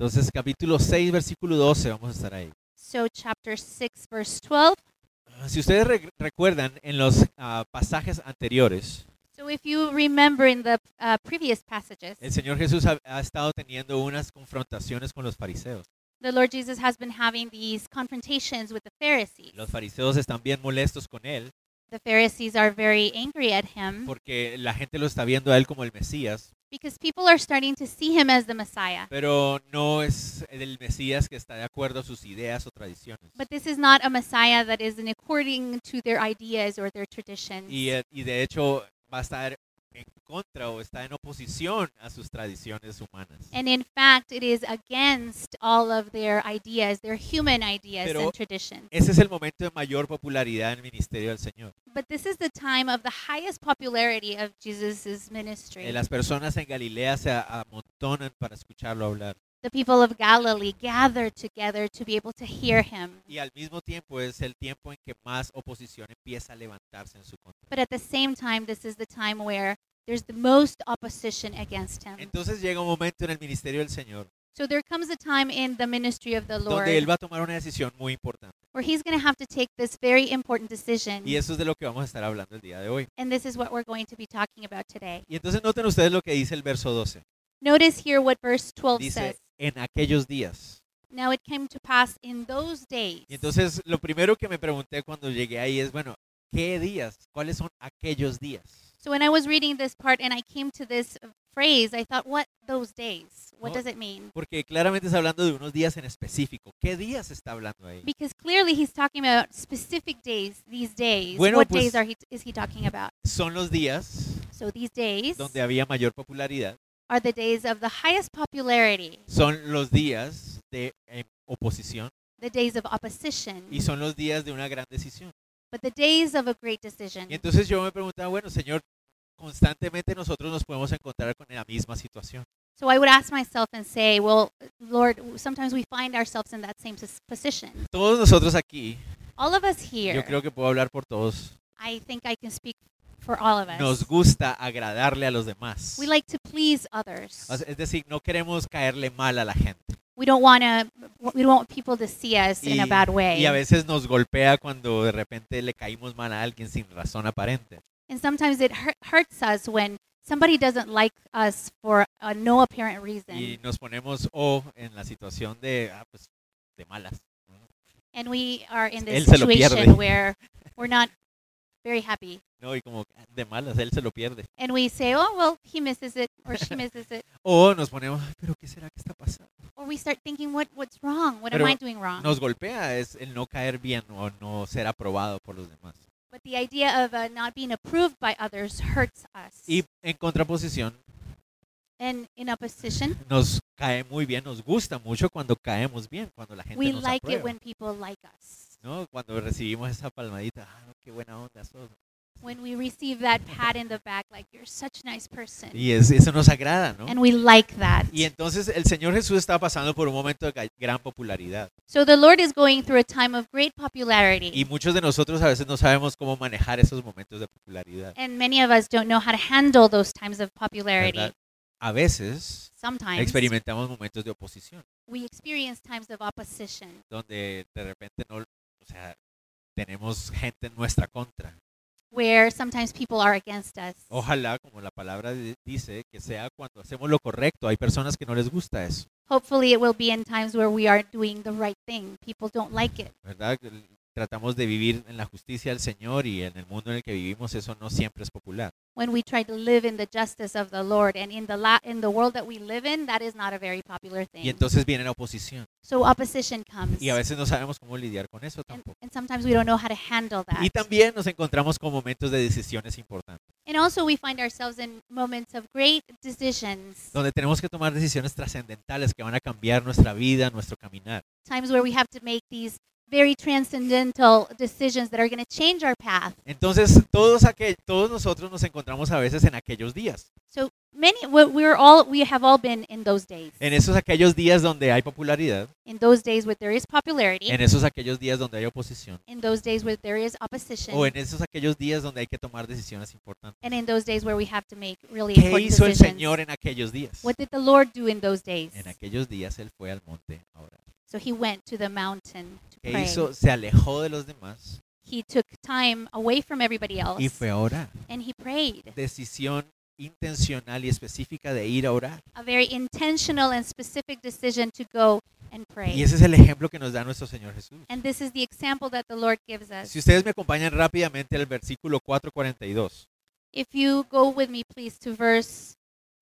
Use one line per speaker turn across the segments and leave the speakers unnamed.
Entonces, capítulo 6, versículo 12, vamos a estar ahí. Ah,
So, chapter 6, verse 12.
Si ustedes re- recuerdan en los ah, pasajes anteriores,
So, if you remember in the uh, previous passages,
el Señor Jesús ha, ha estado teniendo unas confrontaciones con los fariseos.
the Lord Jesus has been having these confrontations with the Pharisees.
Los fariseos están bien molestos con él
The Pharisees are very angry at him
porque la gente lo está viendo a él como el Mesías,
because people are starting to see him as the Messiah.
pero no es el Mesías que está de acuerdo a sus ideas o tradiciones.
But this is not a Messiah that is in according to their ideas or their traditions.
Y, eh, y de hecho va a estar en contra o está en oposición a sus tradiciones humanas.
And in fact, it is against all of their ideas, their human ideas
Pero-
and traditions.
Ese es el momento de mayor popularidad en el ministerio del Señor.
But this is the time of the highest popularity of Jesus'
Eh,
ministry.
las personas en Galilea se a- amontonan para escucharlo hablar.
The people of Galilee gathered together to be able to hear him.
Y al mismo tiempo es el tiempo en que más oposición empieza a levantarse en su contra.
But at the same time, this is the time where there's the most opposition against him.
Entonces llega un momento en el ministerio del Señor
So there comes a time in the ministry of the
donde Él
Lord
va a tomar una decisión muy importante.
where he's going to have to take this very important decision.
Y eso es de lo que vamos a estar hablando el día de hoy.
And this is what we're going to be talking about today.
Y entonces noten ustedes lo que dice el verso 12.
Notice here what verse 12 says.
Dice, en aquellos días.
Now it came to pass in those days.
Y entonces lo primero que me pregunté cuando llegué ahí es, bueno, ¿qué días? ¿Cuáles son aquellos días?
So when I was reading this part and I came to this phrase, I thought, what those days? What
No.
does it mean?
Porque claramente está hablando de unos días en específico. ¿Qué días está hablando ahí?
Because clearly he's talking about specific days, these days.
Bueno,
what
pues-
days are he, is he talking about?
Son los días
So these days
donde había mayor popularidad.
are the days of the highest popularity,
Son los días de eh, oposición
the days of opposition,
y son los días de una gran decisión.
but the days of a great decision.
Y entonces yo me preguntaba, bueno, Señor, constantemente nosotros nos podemos encontrar con la misma situación.
So I would ask myself and say, well, Lord, sometimes we find ourselves in that same s- position.
Todos nosotros aquí,
All of us
yo
here,
creo que puedo hablar por todos,
I think I can speak for all of us.
nos gusta agradarle a los demás.
We like to please others.
O sea, Es decir, no queremos caerle mal a la gente.
We don't want to. We don't want people to see us in a
Y-
bad way.
Y a veces nos golpea cuando de repente le caímos mal a alguien sin razón aparente.
and sometimes it hurt, hurts us when somebody doesn't like us for uh, no apparent reason,
Y nos ponemos o en la situación de, ah, pues, de malas.
and we are in
Él
this
se lo pierde.
situation where we're not very happy,
No, y como "Ah, de malas, él se lo pierde.
and we say, "Oh well, he misses it, or she misses it,"
O nos ponemos, "Ay, pero ¿qué será que está pasando?
or we start thinking, "What what's wrong? What
Pero
am I doing wrong?"
Nos golpea es el no caer bien o no ser aprobado por los demás.
But the idea of uh, not being approved by others hurts us,
Y en contraposición,
and in opposition,
nos cae muy bien, nos gusta mucho cuando caemos bien, cuando la gente
we
nos
like it
aprueba,
when people like us.
¿no? Cuando recibimos esa palmadita, ah, no, qué buena onda sos.
when we receive that pat in the back, like you're such a nice person,
Y es- eso nos agrada, ¿no?
and we like that.
Y entonces el Señor Jesús está pasando por un momento de ga- gran popularidad.
So the Lord is going through a time of great popularity,
Y muchos de nosotros a veces no sabemos cómo manejar esos momentos de popularidad.
and many of us don't know how to handle those times of popularity.
¿verdad? A veces
Sometimes
experimentamos momentos de oposición,
we experience times of opposition,
donde de repente no, o sea, tenemos gente en nuestra contra.
where sometimes people are against us.
Ojalá, como la palabra di- dice, que sea cuando hacemos lo correcto. Hay personas que no les gusta eso,
Hopefully, it will be in times where we are doing the right thing. People don't like it.
¿verdad? Que l- Tratamos de vivir en la justicia del Señor y en el mundo en el que vivimos eso no siempre es popular.
When we try to live in the justice of the Lord and in the la- in the world that we live in, that is not a very popular thing.
Y entonces viene la oposición.
so opposition comes.
Y a veces no sabemos cómo lidiar con eso
and,
tampoco.
and sometimes we don't know how to handle that.
Y también nos encontramos con momentos de decisiones importantes,
and also, we find ourselves in moments of great decisions,
donde tenemos que tomar decisiones trascendentales que van a cambiar nuestra vida, nuestro caminar.
times where we have to make these very transcendental decisions that are going to change our path.
Entonces, todos, aquel, todos nosotros nos encontramos a veces en aquellos días,
So many we- we're all we have all been in those days.
en esos aquellos días donde hay popularidad,
In those days where there is popularity,
en esos aquellos días donde hay oposición,
in those days where there is opposition,
o en esos aquellos días donde hay que tomar decisiones importantes.
and in those days where we have to make really
¿Qué
important
hizo el
decisions.
Señor en aquellos días?
What did the Lord do in those days?
En aquellos días Él fue al monte a orar.
So he went to the mountain to
¿Qué
pray.
hizo? Se alejó de los demás
He took time away from everybody else
y fue a orar.
and he prayed.
Decisión intencional y específica de ir a orar.
A very intentional and specific decision to go and pray.
Y ese es el ejemplo que nos da nuestro Señor Jesús.
And this is the example that the Lord gives us.
Si ustedes me acompañan rápidamente al versículo 4:42,
If you go with me please to verse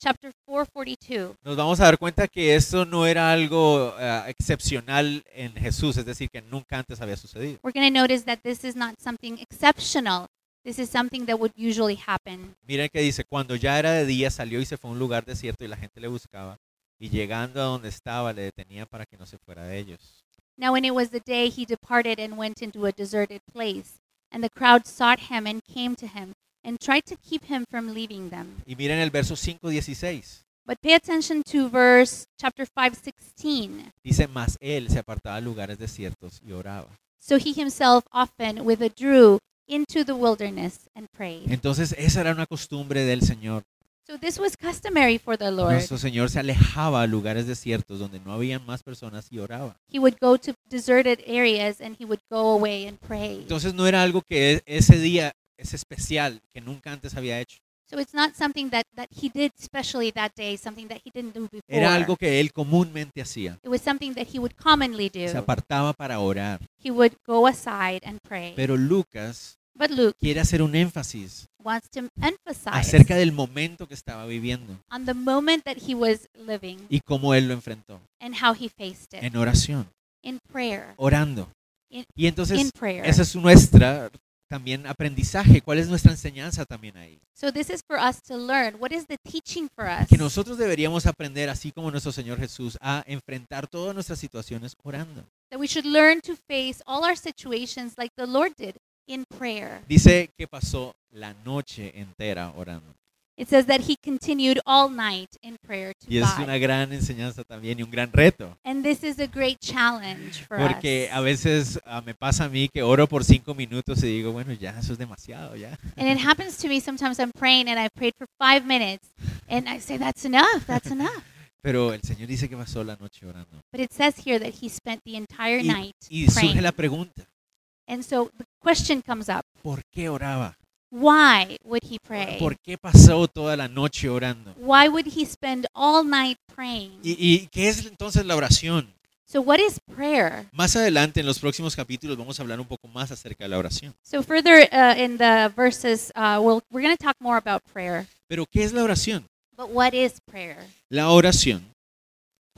chapter 442.
nos vamos a dar cuenta que esto no era algo eh, excepcional en Jesús, es decir, que nunca antes había sucedido.
We're going to notice that this is not something exceptional. This is something that would usually happen.
Miren que dice, cuando ya era de día salió y se fue a un lugar desierto y la gente le buscaba y llegando a donde estaba le detenía para que no se fuera de ellos.
Now, when it was the day, he departed and went into a deserted place. And the crowd sought him and came to him and tried to keep him from leaving them.
Y miren el verso 5:16.
But pay attention to verse chapter 5:16.
Dice, mas él se apartaba a lugares desiertos y oraba.
So he himself often withdrew into the wilderness and prayed.
Entonces esa era una costumbre del Señor.
So this was customary for the Lord.
Nuestro Señor se alejaba a lugares desiertos donde no habían más personas y oraba.
He would go to deserted areas and he would go away and pray.
Entonces no era algo que e- ese día es especial, que nunca antes había hecho.
So it's not something that, that he did specially that day, something that he didn't do before.
Era algo que él comúnmente hacía.
it was something that he would commonly do.
Se apartaba para orar.
He would go aside and pray.
Pero Lucas
but Luke
quiere hacer un énfasis
wants to emphasize
acerca del momento que estaba viviendo
on the moment that he was living
y cómo él lo enfrentó
and how he faced it
en oración,
in prayer.
orando. Y
In
entonces
prayer.
esa es nuestra también aprendizaje, cuál es nuestra enseñanza también ahí.
so this is for us to learn. What is the teaching for us?
Que nosotros deberíamos aprender, así como nuestro Señor Jesús, a enfrentar todas nuestras situaciones orando.
That we should learn to face all our situations like the Lord did in prayer.
Dice que pasó la noche entera orando.
It says that he continued all night in prayer to
Y es
God.
una gran enseñanza también y un gran reto.
And this is a great challenge for
Porque a
us.
veces ah, me pasa a mí que oro por cinco minutos y digo, bueno, ya, eso es demasiado, ya.
And it happens to me sometimes I'm praying and I've prayed for five minutes and I say, that's enough, that's enough.
Pero el Señor dice que pasó la noche orando.
But it says here that he spent the entire
Y-
night
Y surge
praying.
la pregunta,
And so the question comes up
¿por qué oraba?
why would he pray?
¿Por qué pasó toda la noche orando?
Why would he spend all night praying?
¿Y, y qué es entonces la oración?
So, what is prayer?
Más adelante, en los próximos capítulos, vamos a hablar un poco más acerca de la oración.
So, further uh, in the verses, uh, we'll, we're going to talk more about prayer.
Pero, ¿qué es la oración?
But what is prayer?
La oración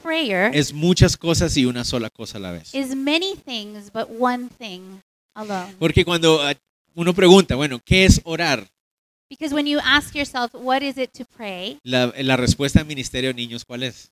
Prayer
es muchas cosas y una sola cosa a la vez.
is many things, but one thing alone.
Porque cuando ah, uno pregunta, bueno, ¿qué es orar?
Because when you ask yourself, what is it to pray?
La, la respuesta del Ministerio de Niños, ¿cuál es?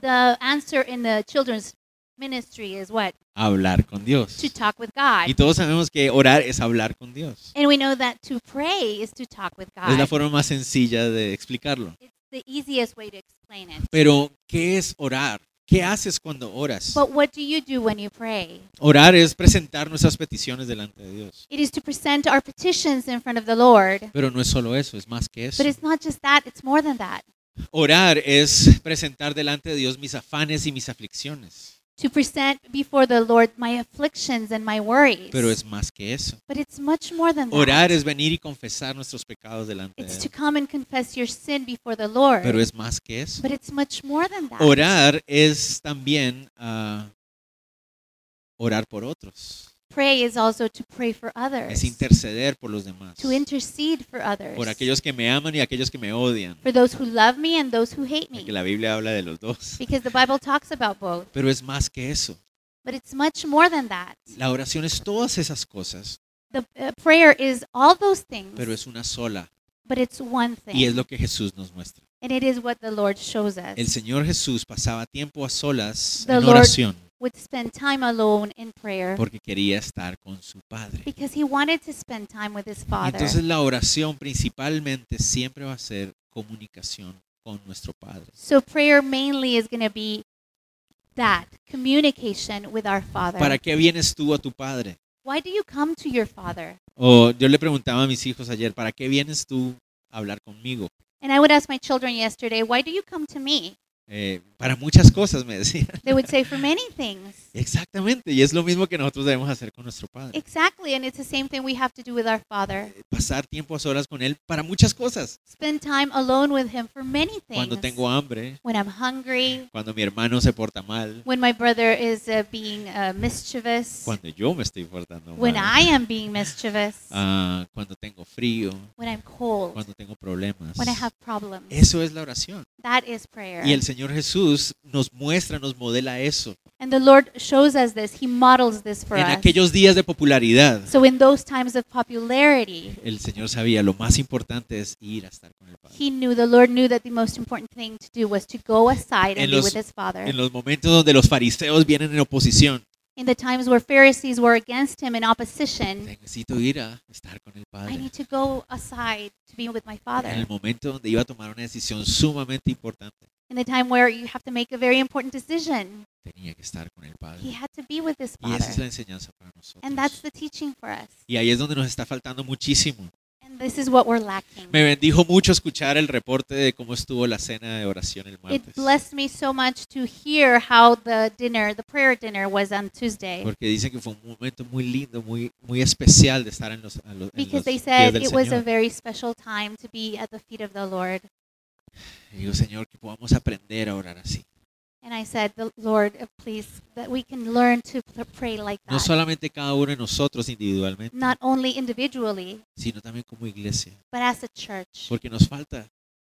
The answer in the children's ministry is what?
Hablar con Dios.
To talk with
Y
God.
todos sabemos que orar es hablar con Dios.
And we know that to pray is to talk with
Es la
God.
forma más sencilla de explicarlo.
It's the easiest way to explain it.
Pero, ¿qué es orar? ¿Qué haces cuando oras?
But what do you do when you pray?
Orar es presentar nuestras peticiones delante de Dios.
It is to present our petitions in front of the Lord.
Pero no es solo eso, es más que eso.
But it's not just that, it's more than that.
Orar es presentar delante de Dios mis afanes y mis aflicciones,
To present before the Lord my afflictions and my worries.
pero es más que eso.
But it's much more than that.
Orar es venir y confesar nuestros pecados delante de
It's
Él,
to come and confess your sin before the Lord.
pero es más que eso.
But it's much more than that.
Orar es también ah, orar por otros,
Pray is also to pray for
es
others,
interceder por los demás,
to intercede for others,
por aquellos que me aman y aquellos que me odian,
for those who love me and those who hate
que
me,
la Biblia habla de los dos,
because the Bible talks about both.
pero es más que eso.
But it's much more than that.
La oración es todas esas cosas,
The uh, prayer is all those things,
pero es una sola
but it's one thing,
y es lo que Jesús nos muestra.
and it is what the Lord shows us.
El Señor Jesús pasaba tiempo a solas
The
en
Lord
oración
would spend time alone in prayer
porque quería estar con su padre.
because he wanted to spend time with his
Y
father.
entonces la oración principalmente siempre va a ser comunicación con nuestro Padre.
So prayer mainly is going to be that communication with our father.
¿Para qué vienes tú a tu Padre?
Why do you come to your father?
O yo le preguntaba a mis hijos ayer, ¿para qué vienes tú a hablar conmigo?
And I would ask my children yesterday, why do you come to me?
Eh, para muchas cosas, me decían.
They would say, for many things.
Exactamente, y es lo mismo que nosotros debemos hacer con nuestro Padre.
Exactly, and it's the same thing we have to do with our father.
Pasar tiempo a solas con Él para muchas cosas.
Spend time alone with him for many things.
Cuando tengo hambre,
When I'm hungry,
cuando mi hermano se porta mal,
when my brother is uh, being uh, mischievous,
cuando yo me estoy portando
when
mal,
I am being mischievous,
ah, cuando tengo frío,
when I'm cold,
cuando tengo problemas.
when I have problems.
Eso es la oración.
that is prayer.
Y el Señor Jesús nos muestra, nos modela eso.
and the Lord shows us this. He models this for
En
us.
aquellos días de popularidad,
so in those times of popularity,
el Señor sabía lo más importante es ir a estar con el Padre.
he knew, the Lord knew that the most important thing to do was to go aside
En
and
los-
be with his father.
En los momentos donde los fariseos vienen en oposición,
in the times where Pharisees were against him in opposition,
necesito ir a estar con el
I
Padre.
need to go aside to be with my
En
father.
el momento donde iba a tomar una decisión sumamente importante,
In the time where you have to make a very important decision,
tenía que estar con el
he
Padre.
had to be with his
Y esa es
father.
la enseñanza para
And that's
nosotros.
the teaching for us.
Y ahí es donde nos está faltando muchísimo.
And this is what we're lacking.
Me bendijo mucho escuchar el reporte de cómo estuvo la cena de oración el
It
martes.
blessed me so much to hear how the dinner, the prayer dinner, was on Tuesday.
Porque dicen que fue un momento muy lindo, muy, muy especial de estar en los, a lo- en los
Because they
pies
said
del
it was a
Señor.
very special time to be at the feet of the Lord.
Y digo, Señor, que podamos aprender a orar así.
And I said, "The Lord, uh, please, that we can learn to pr- pray like
No
that.
solamente cada uno de nosotros individualmente,
Not only individually,
sino también como iglesia.
but as a church.
Porque nos falta,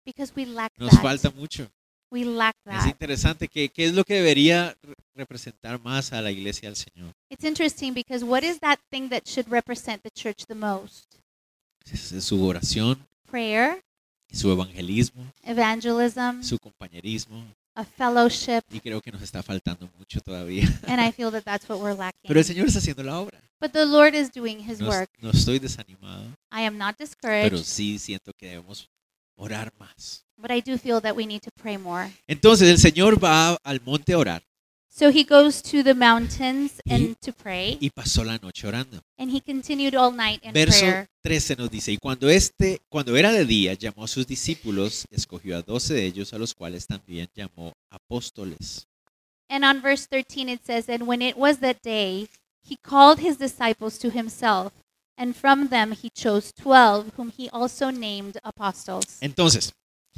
Because we lack
nos
that.
falta mucho.
We lack
Es
that.
interesante que qué es lo que debería re- representar más a la iglesia del Señor.
It's interesting because what is that thing that should represent the church the most?
Es- es su oración,
Prayer,
su evangelismo,
evangelism,
su compañerismo.
a fellowship,
Y creo que nos está faltando mucho todavía.
and I feel that that's what we're lacking.
Pero el Señor está haciendo la obra.
But the Lord is doing His
No, es-
work.
no estoy desanimado.
I am not
pero
discouraged,
sí siento que debemos orar más.
but I do feel that we need to pray more.
Entonces el Señor va al monte a orar
So He goes to the mountains
Y-
and to pray,
y pasó la noche orando.
and He continued all night in
Verso
prayer.
13 nos dice, y cuando, este, cuando era de día, llamó a sus discípulos, escogió a doce de ellos, a los cuales también llamó apóstoles.
And on verse 13 it says, And when it was that day, he called his disciples to himself, and from them he chose 12, whom he also named apostles.
Entonces,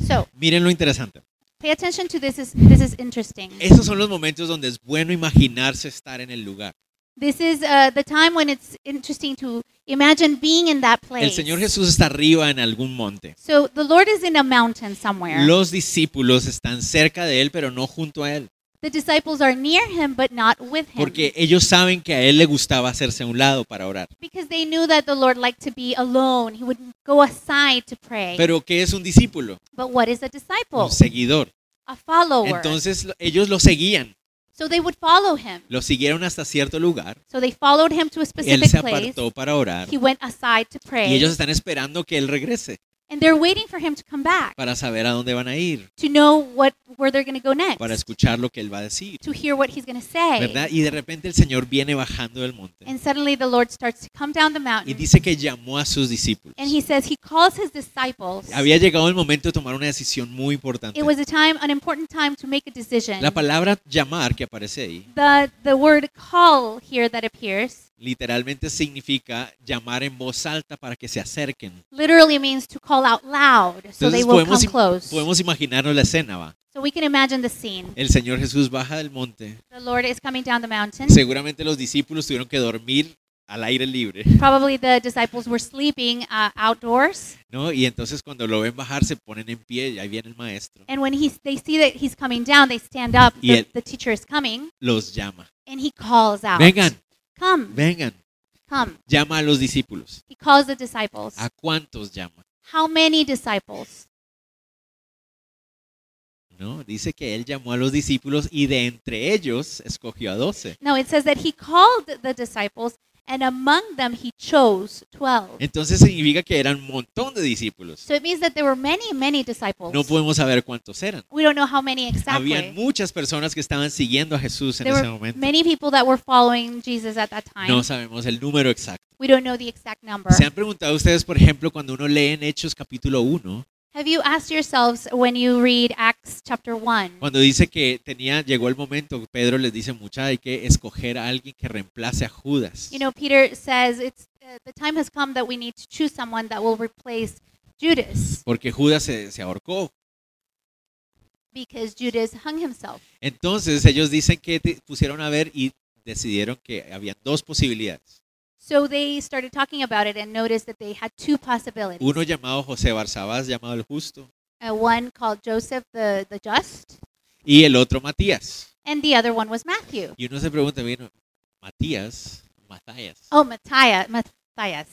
So
miren lo interesante.
pay attention to this, is, this is interesting.
Esos son los momentos donde es bueno imaginarse estar en el lugar.
This is uh, the time when it's interesting to imagine being in that
El
place.
Señor Jesús está arriba en algún monte.
So the Lord is in a mountain somewhere.
Los discípulos están cerca de Él, pero no junto a Él.
the disciples are near him, but not with him.
Porque ellos saben que a él le gustaba hacerse a un lado para orar.
because they knew that the Lord liked to be alone. He would go aside to pray.
Pero ¿qué es un discípulo?
but what is a disciple?
Un seguidor.
A follower.
Entonces lo- ellos lo seguían,
So they would follow him.
lo siguieron hasta cierto lugar.
So they followed him to a
Él
specific
se
place.
apartó para orar
He went aside to pray.
y ellos están esperando que él regrese
and they're waiting for him to come back
para saber a dónde van a ir,
to know what where they're going to go next,
para escuchar lo que él va a decir,
to hear what he's going to say.
¿verdad? Y de repente el Señor viene bajando del monte
And suddenly the Lord starts to come down the
y
mountain.
dice que llamó a sus discípulos.
and he says he calls his disciples.
Había llegado el momento de tomar una decisión muy importante.
It was a time, an important time to make a decision.
La palabra llamar que aparece ahí
the the word call here that appears
literalmente significa llamar en voz alta para que se acerquen.
literally means to call out loud, so
Entonces
they will
podemos,
come
im-
close.
podemos imaginarnos la escena, va.
So we can imagine the scene.
El Señor Jesús baja del monte.
The Lord is coming down the mountain.
Seguramente los discípulos tuvieron que dormir al aire libre,
Probably the disciples were sleeping uh, outdoors,
¿no? Y entonces cuando lo ven bajar se ponen en pie y ahí viene el maestro.
and when he they see that he's coming down, they stand up.
Y
The,
el-
the teacher is coming,
Los llama.
and he calls out,
Vengan,
come,
vengan.
come."
Llama a los discípulos.
He calls the disciples.
¿A cuántos llama?
How many disciples?
¿no? Dice que él llamó a los discípulos y de entre ellos escogió a doce.
No, it says that he called the disciples, and among them he chose 12.
Entonces significa que eran un montón de discípulos.
So it means that there were many, many disciples.
No podemos saber cuántos eran.
we don't know how many
Habían
exactly.
muchas personas que estaban siguiendo a Jesús en
¿eh? There
ese
were
momento.
many people that were following Jesus at that time.
No sabemos el número exacto.
We don't know the exact number.
¿Se han preguntado ustedes, por ejemplo, cuando uno lee en Hechos capítulo 1,
Have you asked yourselves when you read Acts chapter 1?
cuando dice que tenía, llegó el momento, Pedro les dice, mucha, hay que escoger a alguien que reemplace a Judas.
You know, Peter says it's uh, the time has come that we need to choose someone that will replace Judas
porque Judas se, se ahorcó.
because Judas hung himself.
Entonces ellos dicen que te- pusieron a ver y decidieron que había dos posibilidades.
So they started talking about it and noticed that they had two possibilities.
Uno llamado José Barsabás, llamado el justo,
Uh, one called Joseph the, the just,
y el otro Matías.
and the other one was Matthew.
Y uno se pregunta, bueno, Matías, Matías,
Oh, Matthias, Matthias.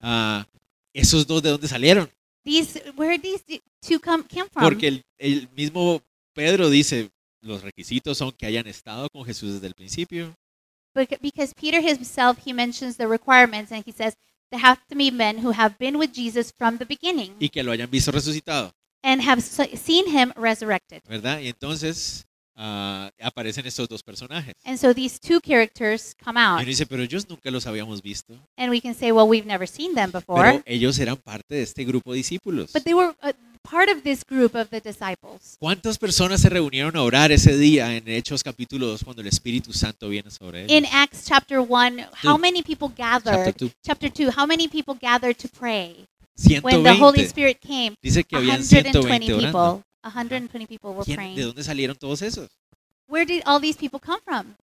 ah, ¿esos dos de dónde salieron?
These where did these two come came from?
Porque el, el mismo Pedro dice, los requisitos son que hayan estado con Jesús desde el principio,
Bec- Because Peter himself he mentions the requirements and he says there have to be men who have been with Jesus from the beginning
y que lo hayan visto resucitado,
and have s- seen him resurrected.
¿verdad? Y entonces ah, aparecen estos dos personajes.
And so these two characters come
Y
out
uno dice, pero ellos nunca los habíamos visto.
and we can say well we've never seen them before,
Pero ellos eran parte de este grupo de discípulos.
but they were uh, part of this group of the disciples.
¿Cuántas personas se reunieron a orar ese día en Hechos capítulo 2 cuando el Espíritu Santo viene sobre
In
ellos?
Acts chapter 1, how
Two.
many people
Chapter
gathered?
2,
Chapter 2, how many people gathered to pray when the
120.
Holy Spirit came?
Dice que habían
120
120 orando.
people. 120 people were
¿Quién- ¿De
praying.
dónde salieron todos esos?
Where did all these people come from?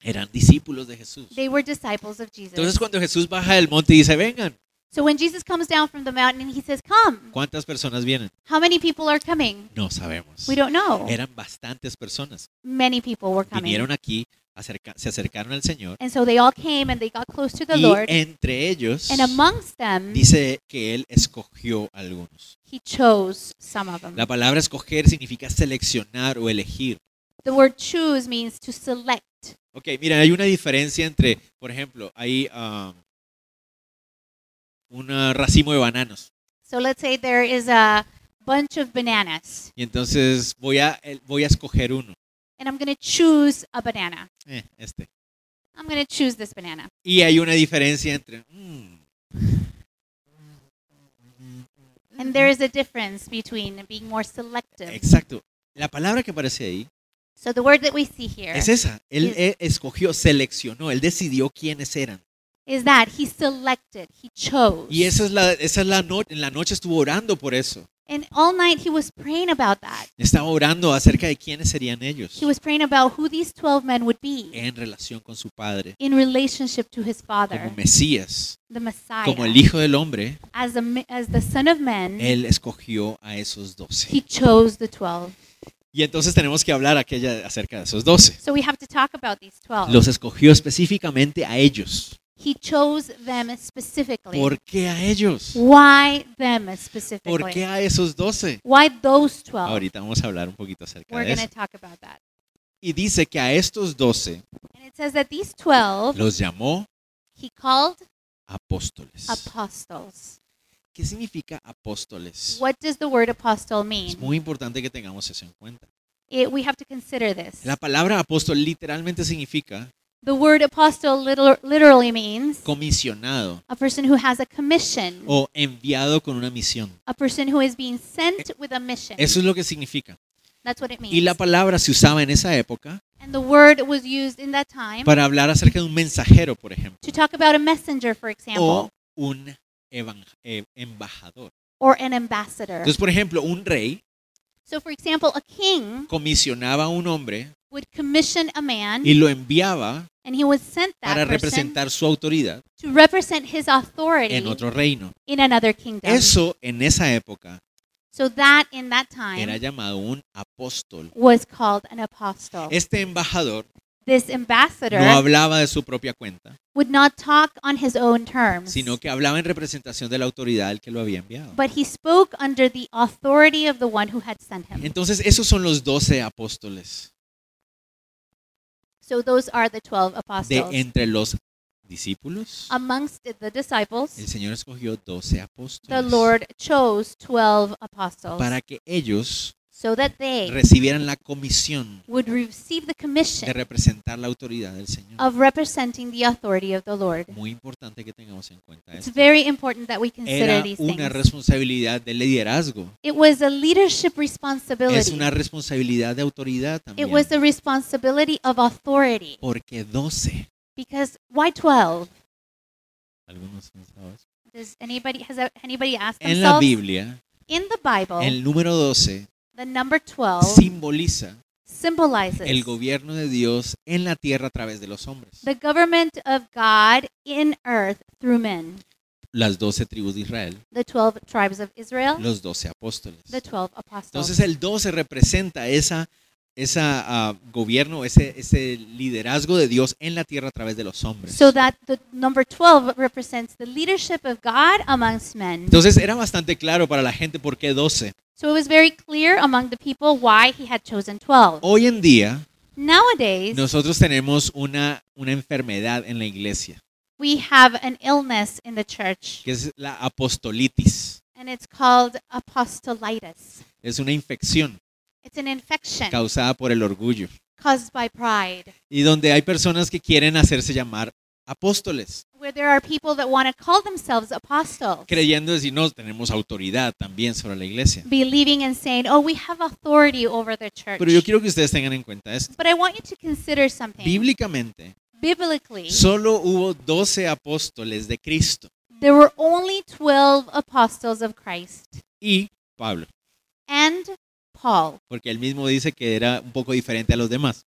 Eran discípulos de Jesús.
They were disciples of
Entonces
Jesus.
cuando Jesús baja del monte y dice, vengan,
So when Jesus comes down from the mountain and he says, Come,
¿cuántas personas vienen?
how many people are coming?
No sabemos.
We don't know.
Eran bastantes personas.
Many people were coming.
Vinieron aquí, acerca- se acercaron al Señor
And so they all came and they got close to the
y
Lord.
entre ellos
And amongst them,
dice que Él escogió a algunos.
he chose some of them.
La palabra escoger significa seleccionar o elegir.
The word choose means to select.
Ok, mira, hay una diferencia entre, por ejemplo, hay ah, un ah, racimo de bananos.
So let's say there is a bunch of bananas,
Y entonces voy a, el- voy a escoger uno.
and I'm going to choose a banana.
Eh, este.
I'm going to choose this banana.
Y hay una diferencia entre... mm,
And there is a difference between being more selective.
Exacto. La palabra que aparece ahí
So the word that we see here
es esa. Él
Es-
eh, escogió, seleccionó, él decidió quiénes eran.
is that he selected, he chose.
Y esa es la, esa es la noche. En la noche estuvo orando por eso.
And all night he was praying about that.
Estaba orando acerca de quiénes serían ellos
He was praying about who these 12 men would be
en relación con su padre,
in relationship to his
como
father,
Mesías,
the Messiah.
como el Hijo del Hombre.
As, a, mi- as the son of men,
Él escogió a esos
Mm. he
doce.
chose the 12.
Y entonces tenemos que hablar aquella acerca de esos doce.
So we have to talk about these 12.
Los escogió específicamente a ellos.
He chose them specifically.
¿Por qué a ellos?
Why them
¿Por qué
specifically?
a esos doce?
Why those 12?
Ahorita vamos a hablar un poquito acerca
We're
de
going
eso.
to talk about that.
Y dice que a estos doce
And it says that these 12
los llamó
he called
apóstoles.
apostles.
¿Qué significa apóstoles?
What does the word apostle
Es
mean?
muy importante que tengamos eso en cuenta.
It, we have to consider this.
La palabra apóstol literalmente significa
The word apostle little, literally means
comisionado
a person who has a commission,
o enviado con una misión.
a person who is being sent with a mission.
Eso es lo que significa.
That's what it
Y la
means.
palabra se usaba en esa época
And the word was used in that time
para hablar acerca de un mensajero, por ejemplo,
to talk about a messenger, for
o
example,
un evan- eh, embajador.
or an ambassador.
Entonces, por ejemplo, un rey
So, for example, a king
comisionaba a un hombre
would commission a man,
y lo enviaba
and he would send
para
that person
representar su autoridad
to represent his
en
authority
otro reino.
in another kingdom.
Eso en esa época
So that in that
era
time
llamado un apóstol.
was called an apostle.
Este embajador
this ambassador
no hablaba de su propia cuenta,
would not talk on his own terms,
sino que hablaba en representación de la autoridad al que lo había enviado.
but he spoke under the authority of the one who had sent him.
Entonces, esos son los doce apóstoles
So those are the 12
de
apostles.
entre los discípulos.
Ah. Amongst the
El
disciples,
Señor escogió doce
the
apóstoles
Lord chose 12 apostles
para que ellos
so that they
recibieran la comisión
would receive the
de
commission
representar la autoridad del Señor.
of representing the authority of the Lord.
Muy importante que tengamos en cuenta
It's
esto.
very important that we consider
Era
these
una
things.
responsabilidad de liderazgo.
It was a leadership
Es
responsibility.
una responsabilidad de autoridad
It
también.
was a responsibility of authority.
Porque 12.
Because why 12?
Algunos no saben.
Does anybody has anybody asked
En la
themselves?
Biblia,
In the Bible,
el número 12
the number 12
simboliza
symbolizes
el gobierno de Dios en la tierra a través de los hombres.
the government of God in earth through men,
Las 12 tribus de Israel,
the 12 tribes of Israel,
los 12 apóstoles.
the 12 apostles.
Entonces el 12 representa esa esa ah, gobierno, ese, ese liderazgo de Dios en la tierra a través de los hombres.
so that the number 12 represents the leadership of God amongst men.
Entonces era bastante claro para la gente por qué 12.
So it was very clear among the people why he had chosen 12.
Hoy en día
Nowadays,
nosotros tenemos una, una enfermedad en la iglesia,
we have an illness in the church,
que es la apostolitis.
and it's called apostolitis.
Es una infección
It's an infection
causada por el orgullo.
caused by pride,
Y donde hay personas que quieren hacerse llamar apóstoles,
where there are people that want to call themselves apostles,
creyendo decir, no, tenemos autoridad también sobre la iglesia.
believing and saying, oh, we have authority over the church.
Pero yo quiero que ustedes tengan en cuenta esto.
But I want you to consider something.
Bíblicamente,
Biblically,
Solo hubo 12 apóstoles de Cristo
there were only 12 apostles of Christ
y Pablo,
and Paul.
porque él mismo dice que era un poco diferente a los demás.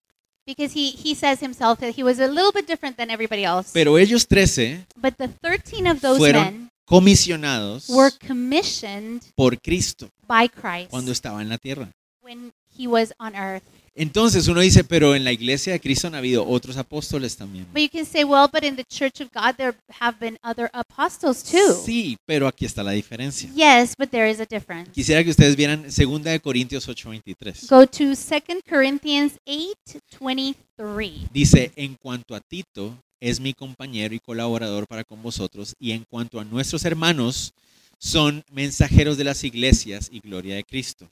Because he, he says himself that he was a little bit different than everybody else.
Pero ellos 13
but the 13 of those
fueron
men
comisionados
were commissioned
por Cristo
by Christ
cuando estaba en la tierra.
when he was on earth.
Entonces uno dice, pero en la iglesia de Cristo han habido otros apóstoles también.
But you can say, well, but in the church of God, there have been other apostles too.
Sí, pero aquí está la diferencia.
Yes, but there is a difference.
Quisiera que ustedes vieran 2 de Corintios 8:23.
Go to 2 Corinthians 8 23.
Dice, en cuanto a Tito, es mi compañero y colaborador para con vosotros, y en cuanto a nuestros hermanos, son mensajeros de las iglesias y gloria de Cristo.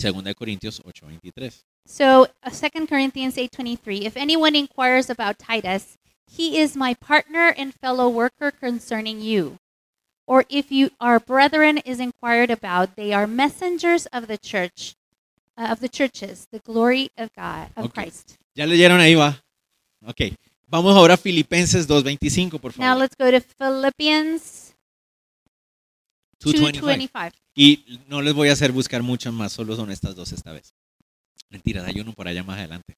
Segunda de Corintios 8:23.
So, uh, 2 Corinthians 8:23, if anyone inquires about Titus, he is my partner and fellow worker concerning you. Or if you are brethren is inquired about, they are messengers of the church, uh, of the churches, the glory of God, of
Okay.
Christ.
¿Ya leyeron ahí va? Ok. Vamos ahora a Filipenses 2:25, por
Now
favor.
let's go to Philippians
2:25.
2:25.
Y no les voy a hacer buscar muchas más, solo son estas dos esta vez. Mentiras, hay uno por allá más adelante.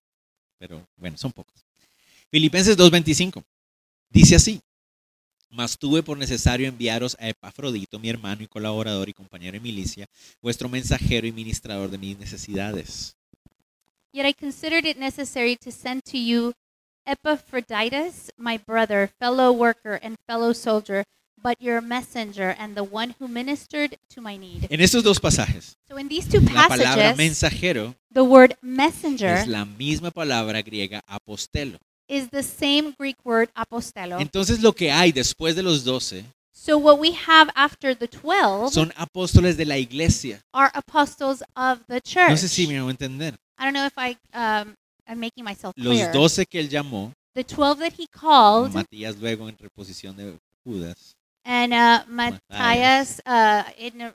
Pero bueno, son pocos. Filipenses 2.25. Dice así. Mas tuve por necesario enviaros a Epafrodito, mi hermano y colaborador y compañero en milicia, vuestro mensajero y ministrador de mis necesidades.
Yet I considered it necessary to send to you Epaphroditus, my brother, fellow worker, and fellow soldier, but your messenger and the one who ministered to my need.
En estos dos pasajes,
So in these two
la palabra
passages,
mensajero
the word
es
messenger
la misma palabra griega apostelo.
is the same Greek word apostelo.
Entonces lo que hay después de los doce
So what we have after the 12
son apóstoles de la iglesia.
are apostles of the
No sé si
church.
me van a entender.
I don't know if I um, I'm making myself
los
clear.
12 que él llamó,
The 12 that he called
Matías luego en reposición de Judas,
and uh,
Oh, Matthias.
Matthias uh, in a-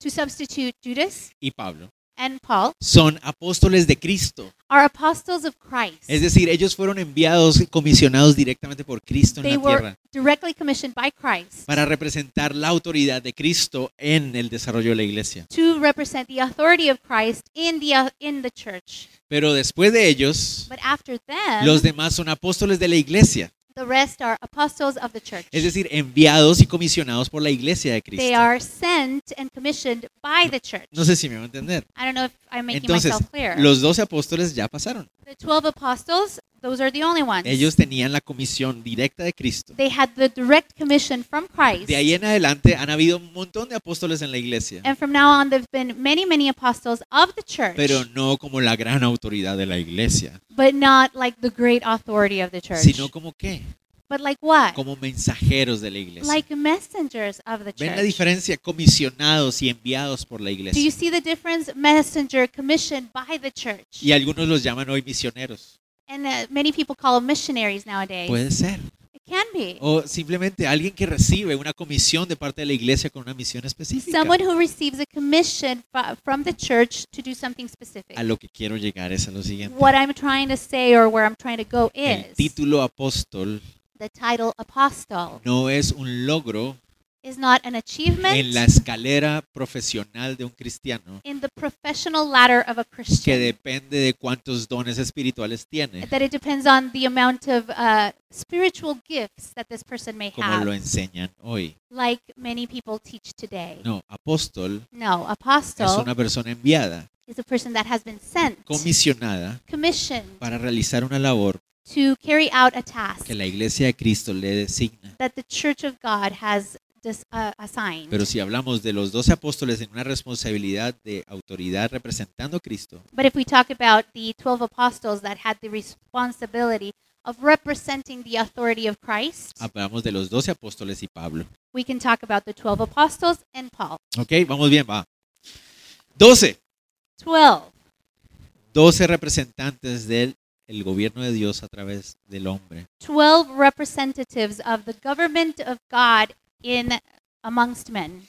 to substitute Judas
y Pablo,
and Paul
son apóstoles de Cristo.
are apostles of Christ.
Es decir, ellos fueron enviados y comisionados directamente por Cristo en
They
la
were-
tierra
Directly commissioned by Christ
para representar la autoridad de Cristo en el desarrollo de la iglesia.
to represent the authority of Christ in the uh, in the church.
Pero después de ellos,
But after them,
los demás son apóstoles de la iglesia.
the rest are apostles of the church.
Es decir, enviados y comisionados por la iglesia de
they
Cristo.
are sent and commissioned by the church.
No sé si me va a entender.
I don't know if I'm making
Entonces,
myself clear.
Los 12 apóstoles ya pasaron.
The 12 apostles, those are the only ones.
Ellos tenían la comisión directa de Cristo.
They had the direct commission from Christ.
De ahí en adelante han habido un montón de apóstoles en la iglesia,
And from now on, there've been many, many apostles of the church,
pero no como la gran autoridad de la iglesia,
but not like the great authority of the church.
sino como qué?
but like what?
Como mensajeros de la iglesia.
Like messengers of the
¿Ven la
church.
diferencia? Comisionados y enviados por la
Do you
iglesia.
see the difference? Messenger commissioned by the church.
Y algunos los llaman hoy misioneros.
And uh, many people call them missionaries nowadays.
Puede ser.
it can be.
O simplemente alguien que recibe una comisión de parte de la iglesia con una misión específica.
Someone who receives a commission fro- from the church to do something specific.
A lo que quiero llegar es a lo siguiente.
What I'm trying to say or where I'm trying to go
El
is
título apóstol
the title apostle
no es un logro
is not an achievement
en la escalera profesional de un cristiano
in the professional ladder of a
que
Christian.
depende de cuántos dones espirituales tiene,
That it depends on the amount of uh, spiritual gifts that this person may
como lo
have,
enseñan hoy.
like many people teach today.
No, apóstol
No,
es
apostle
una persona enviada,
is a person that has been sent,
comisionada
commissioned
para realizar una labor
to carry out a task
que la iglesia de Cristo le designa.
that the Church of God has dis- uh, assigned.
Pero si hablamos de los doce apóstoles en una responsabilidad de autoridad representando a Cristo,
But if we talk about the 12 apostles that had the responsibility of representing the authority of Christ,
hablamos de los doce apóstoles y Pablo.
we can talk about the 12 apostles and Paul.
Ok, vamos bien, va. Doce.
12.
Doce representantes del el gobierno de Dios a través del hombre.
12 representatives of the government of God in amongst men.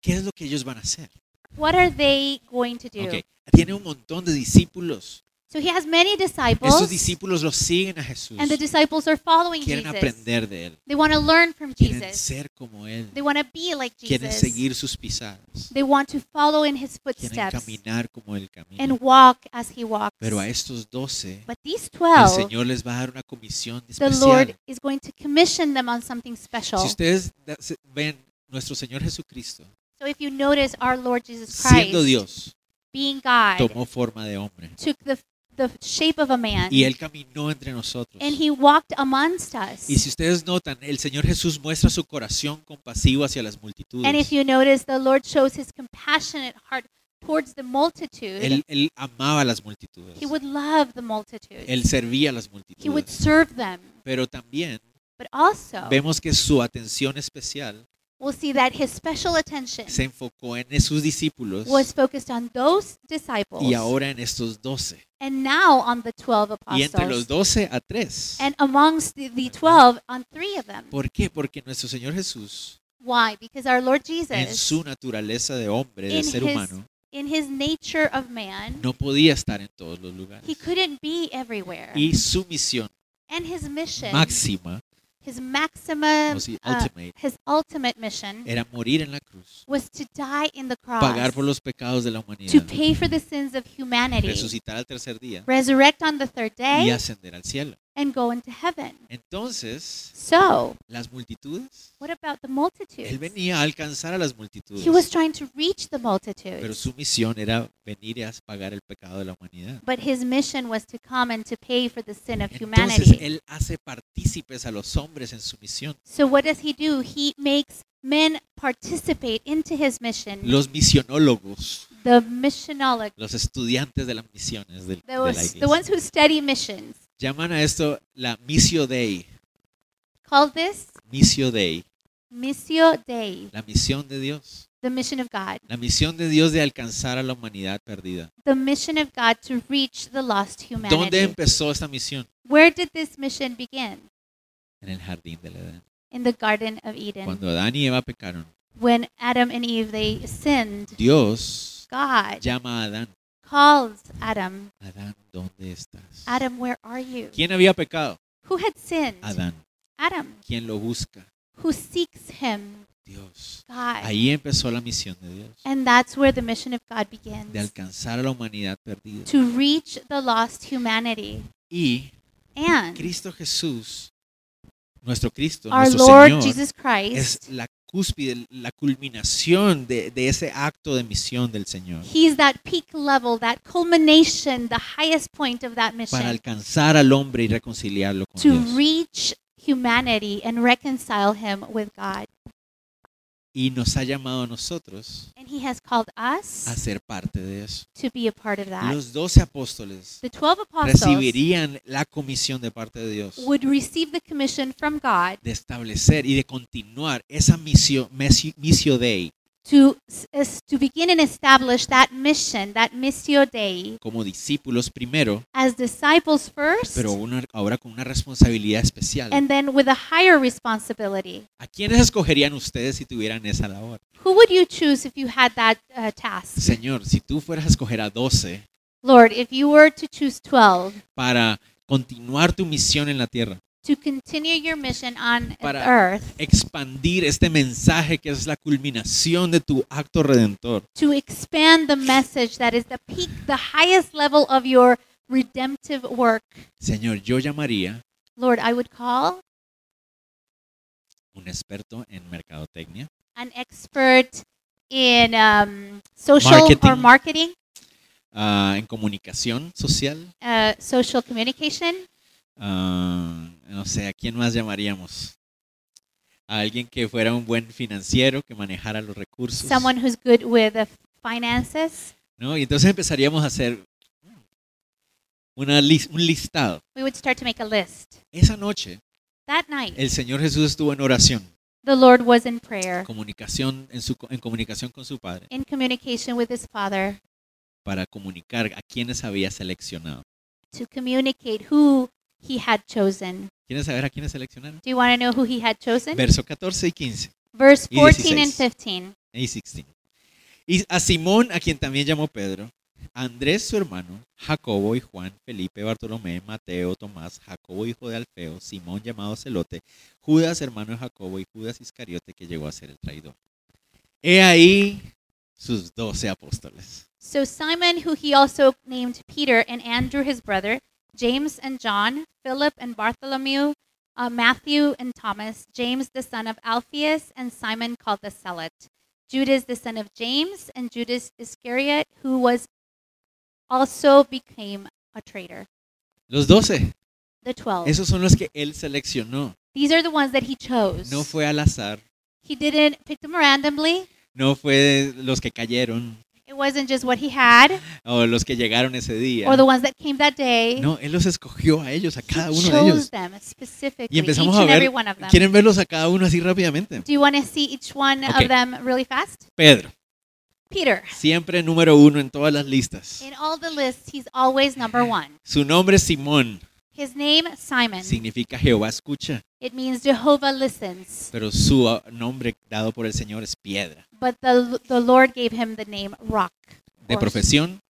¿Qué es lo que ellos van a hacer?
What are they going to do?
Ok, Tiene un montón de discípulos.
So he has many
Estos
disciples,
discípulos los siguen a Jesús.
and the disciples are following
Quieren
Jesus.
aprender de él.
They want to learn from
Quieren
Jesus.
ser como él.
They want to be like
Quieren
Jesus.
seguir sus pisadas.
They want to follow in
Quieren
his footsteps
caminar como él camina.
and walk as he walks.
Pero a estos doce,
But these
el
12,
Señor les va a dar una comisión
the Lord
especial.
is going to commission them on something special.
Si ustedes da- se- ven, nuestro Señor Jesucristo,
So if you notice, our Lord Jesus
siendo
Christ,
Dios,
being God,
tomó forma de hombre.
took the, the shape of a man
Y él caminó entre nosotros.
and he walked amongst
Y
us.
si ustedes notan, el Señor Jesús muestra su corazón compasivo hacia las multitudes.
And if you notice, the Lord shows his compassionate heart towards the multitude.
Él, él amaba a las multitudes.
He would love the
Él
multitude,
servía a las
he would
multitudes.
serve them.
Pero también
But also,
vemos que su atención especial
we'll see that his special attention
se enfocó en sus discípulos
was focused on those disciples
y ahora en estos doce.
and now on the 12
Y entre los
apostles.
doce a tres.
And amongst the, the 12, on three of them.
¿Por qué? Porque nuestro Señor Jesús,
Why? Because our Lord
en
Jesus,
su naturaleza de hombre, de
In
ser
his-
humano,
in his nature of man,
no podía estar en todos los lugares.
he couldn't be everywhere.
Y su misión
And his mission,
máxima,
his maximum,
o si
uh,
ultimate,
his ultimate mission
era morir en la cruz,
was to die in the cross,
pagar por los pecados de la
to
humanidad,
pay for the sins of humanity,
resucitar al tercer día
resurrect on the third day,
y ascender al cielo.
and go into heaven.
Entonces,
So,
las multitudes,
what about the
él
multitudes?
venía a alcanzar a las
He was
multitudes,
trying to reach the
pero
multitudes,
su misión era venir a pagar el pecado de la humanidad.
but his mission was to come and to pay for the sin of
Entonces,
humanity.
él hace partícipes a los hombres en su misión.
So what does he do? He makes men participate into his mission.
Los misionólogos,
The missionology,
los estudiantes de las misiones del- de, la
those, the
iglesia,
ones who study missions,
llaman a esto la Missio Dei,
call this
Missio Dei,
Missio Dei,
la misión de Dios.
the mission of God.
La misión de Dios de alcanzar a la humanidad perdida.
The mission of God to reach the lost
¿Dónde
humanity.
empezó esta misión?
Where did this mission begin?
En el jardín del Edén.
In the Garden of Eden.
Cuando Adán y Eva pecaron,
When Adam and Eve, they sinned,
Dios
God
llama a Adán.
calls Adam,
Adán, ¿dónde estás?
Adam, where are you?
¿Quién había pecado?
Who had sinned?
Adán.
Adam.
¿Quién lo busca?
Who seeks him?
Dios.
God.
Ahí empezó la misión de Dios.
And that's where the mission of God
De
begins
alcanzar a la humanidad perdida.
to reach the lost humanity.
Y
And
Cristo Jesús, nuestro Cristo,
our
nuestro
Lord
Señor,
Jesus
es
Christ
la cúspide, la culminación de, de ese acto de misión del Señor
He's that peak level, that culmination, the highest point of that
para
mission
alcanzar al hombre y reconciliarlo con
to
Dios.
reach humanity and reconcile him with God.
Y nos ha llamado a nosotros
And he has called
a
us
ser parte de eso.
to be a part of that.
Los doce apóstoles
The 12 apostles
recibirían la comisión de parte de Dios
would receive the commission from God
de establecer y de continuar esa misión, misi- misio dei,
to, s- is- to begin and establish that mission, that missio Dei,
como discípulos primero,
as disciples first,
pero una- ahora con una responsabilidad especial.
and then with a higher responsibility.
¿A quiénes escogerían ustedes si tuvieran esa labor?
Who would you choose if you had that uh, task?
Señor, si tú fueras a escoger a 12
Lord, if you were to choose 12
para continuar tu misión en la tierra,
to continue your mission on
Para-
earth,
expandir este mensaje que es la culminación de tu acto redentor,
to expand the message that is the peak, the highest level of your redemptive work,
Señor, yo llamaría
Lord, I would call
un experto en mercadotecnia,
an expert in um, social or
Marketing.
marketing,
ah, en comunicación social,
uh, social communication,
Ah, no sé, ¿a quién más llamaríamos? A alguien que fuera un buen financiero, que manejara los recursos.
someone who's good with uh, finances.
¿no? Y entonces empezaríamos a hacer una lis- un listado.
We would start to make a list.
Esa noche,
That night,
el Señor Jesús estuvo en oración,
the Lord was in prayer,
comunicación, en, su, en comunicación con su Padre,
in communication with his Father,
para comunicar a quienes había seleccionado.
to communicate who he had chosen.
¿Quieren saber a quiénes seleccionaron?
Do you want to know who he had chosen?
Verso 14 y 15
Verse
y 16.
14 and 15.
y 16. Y a Simón, a quien también llamó Pedro, a Andrés su hermano, Jacobo y Juan, Felipe, Bartolomé, Mateo, Tomás, Jacobo hijo de Alfeo, Simón llamado Celote, Judas hermano de Jacobo y Judas Iscariote que llegó a ser el traidor. He ahí sus doce apóstoles.
So Simon, who he also named Peter, and Andrew his brother, James and John, Philip and Bartholomew, uh, Matthew and Thomas, James the son of Alphaeus, and Simon called the Zealot, Judas the son of James, and Judas Iscariot, who was also became a traitor.
Los doce,
The twelve.
esos son los que él seleccionó.
These are the ones that he chose.
No fue al azar,
he didn't pick them randomly.
no fue los que cayeron
It wasn't just what he had
o los que llegaron ese día.
or the ones that came that day.
No, él los escogió a ellos, a cada
he
uno de
chose
ellos.
them specifically,
Y
each
empezamos a
and every
ver,
one of them.
¿quieren verlos a cada uno así rápidamente?
Do you want to see each one
Okay.
of them really fast?
Pedro,
Peter.
siempre número uno en todas las listas.
In all the lists, he's always number one.
Su nombre es Simón,
His name, Simon.
significa Jehová escucha,
It means Jehovah listens.
pero su ah, nombre dado por el Señor es piedra.
But the, the Lord gave him the name Rock.
De
Or-
profesión,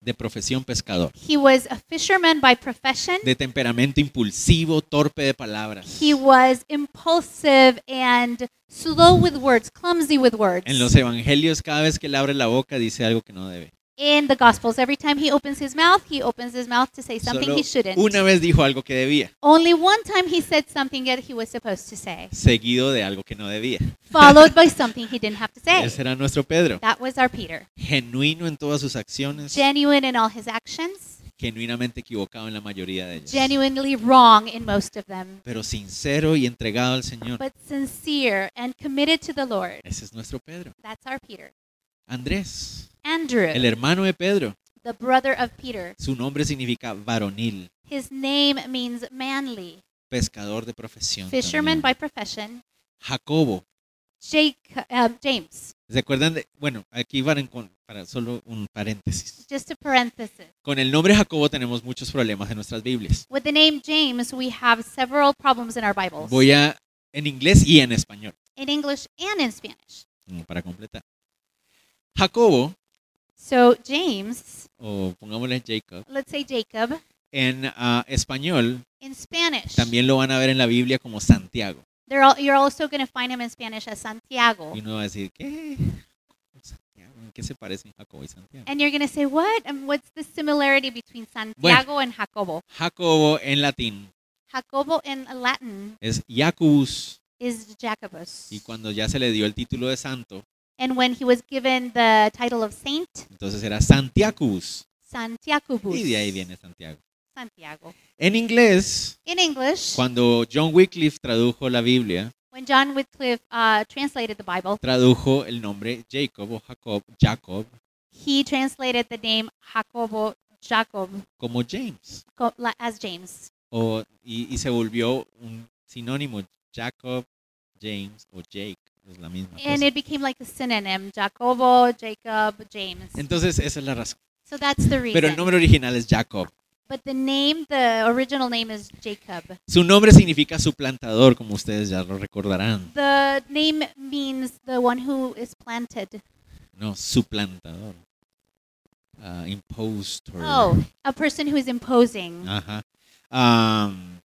de profesión pescador.
He was a fisherman by profession.
De temperamento impulsivo, torpe de palabras.
He was impulsive and slow with words, clumsy with words.
En los evangelios, cada vez que él abre la boca, dice algo que no debe.
In the Gospels, every time he opens his mouth, he opens his mouth to say something
Solo
he shouldn't.
una vez dijo algo que debía,
Only one time he said something that he was supposed to say,
seguido de algo que no debía.
followed by something he didn't have to say.
Ese era nuestro Pedro.
That was our Peter.
Genuino en todas sus acciones.
Genuine in all his actions,
genuinamente equivocado en la mayoría de ellas.
genuinely wrong in most of them,
Pero sincero y entregado al Señor.
but sincere and committed to the Lord.
Ese es nuestro Pedro.
That's our Peter.
Andrés, el
Andrew,
hermano de Pedro.
the brother of Peter,
Su nombre significa varonil,
his name means manly,
pescador de profesión.
fisherman by
también.
profession,
Jacobo.
Jake, um, James.
¿Se acuerdan de.? Bueno, aquí van en con- para solo un paréntesis.
Just a parenthesis.
Con el nombre Jacobo tenemos muchos problemas en nuestras Biblias.
With the name James, we have several problems in our Bibles,
Voy a. en inglés y en español,
in English and in Spanish.
como para completar. Jacobo,
So, James,
o pongámosle Jacob,
let's say Jacob,
en ah, español
in Spanish.
También lo van a ver en la Biblia como Santiago.
They're all, you're also going to find him in Spanish as Santiago.
Y uno va a decir, ¿qué? Santiago, ¿en qué se parecen Jacobo y Santiago?
And you're going to say, what? And what's the similarity between Santiago and Jacobo?
Jacobo en latín
Jacobo in Latin
es Jacobus
is Jacobus.
Y cuando ya se le dio el título de santo,
And when he was given the title of saint,
entonces era Santiacus.
Santiacobus.
Y de ahí viene Santiago.
Santiago.
En inglés,
In English,
cuando John Wycliffe tradujo la Biblia,
when John Wycliffe uh, translated the Bible,
tradujo el nombre Jacob o Jacob, Jacob
he translated the name Jacobo Jacob
como James.
co- la- as James.
O, y, y se volvió un sinónimo Jacob, James o Jake. Es la misma
And
cosa.
it became like a synonym Jacobo, Jacob, James.
Entonces, esa es la razón.
So that's the reason.
Pero el nombre original es Jacob.
but the name, the original name is Jacob.
Su nombre significa suplantador, como ustedes ya lo recordarán.
The name means the one who is planted.
No, suplantador. Ah, impostor.
Oh, a person who is imposing.
Ajá. Am,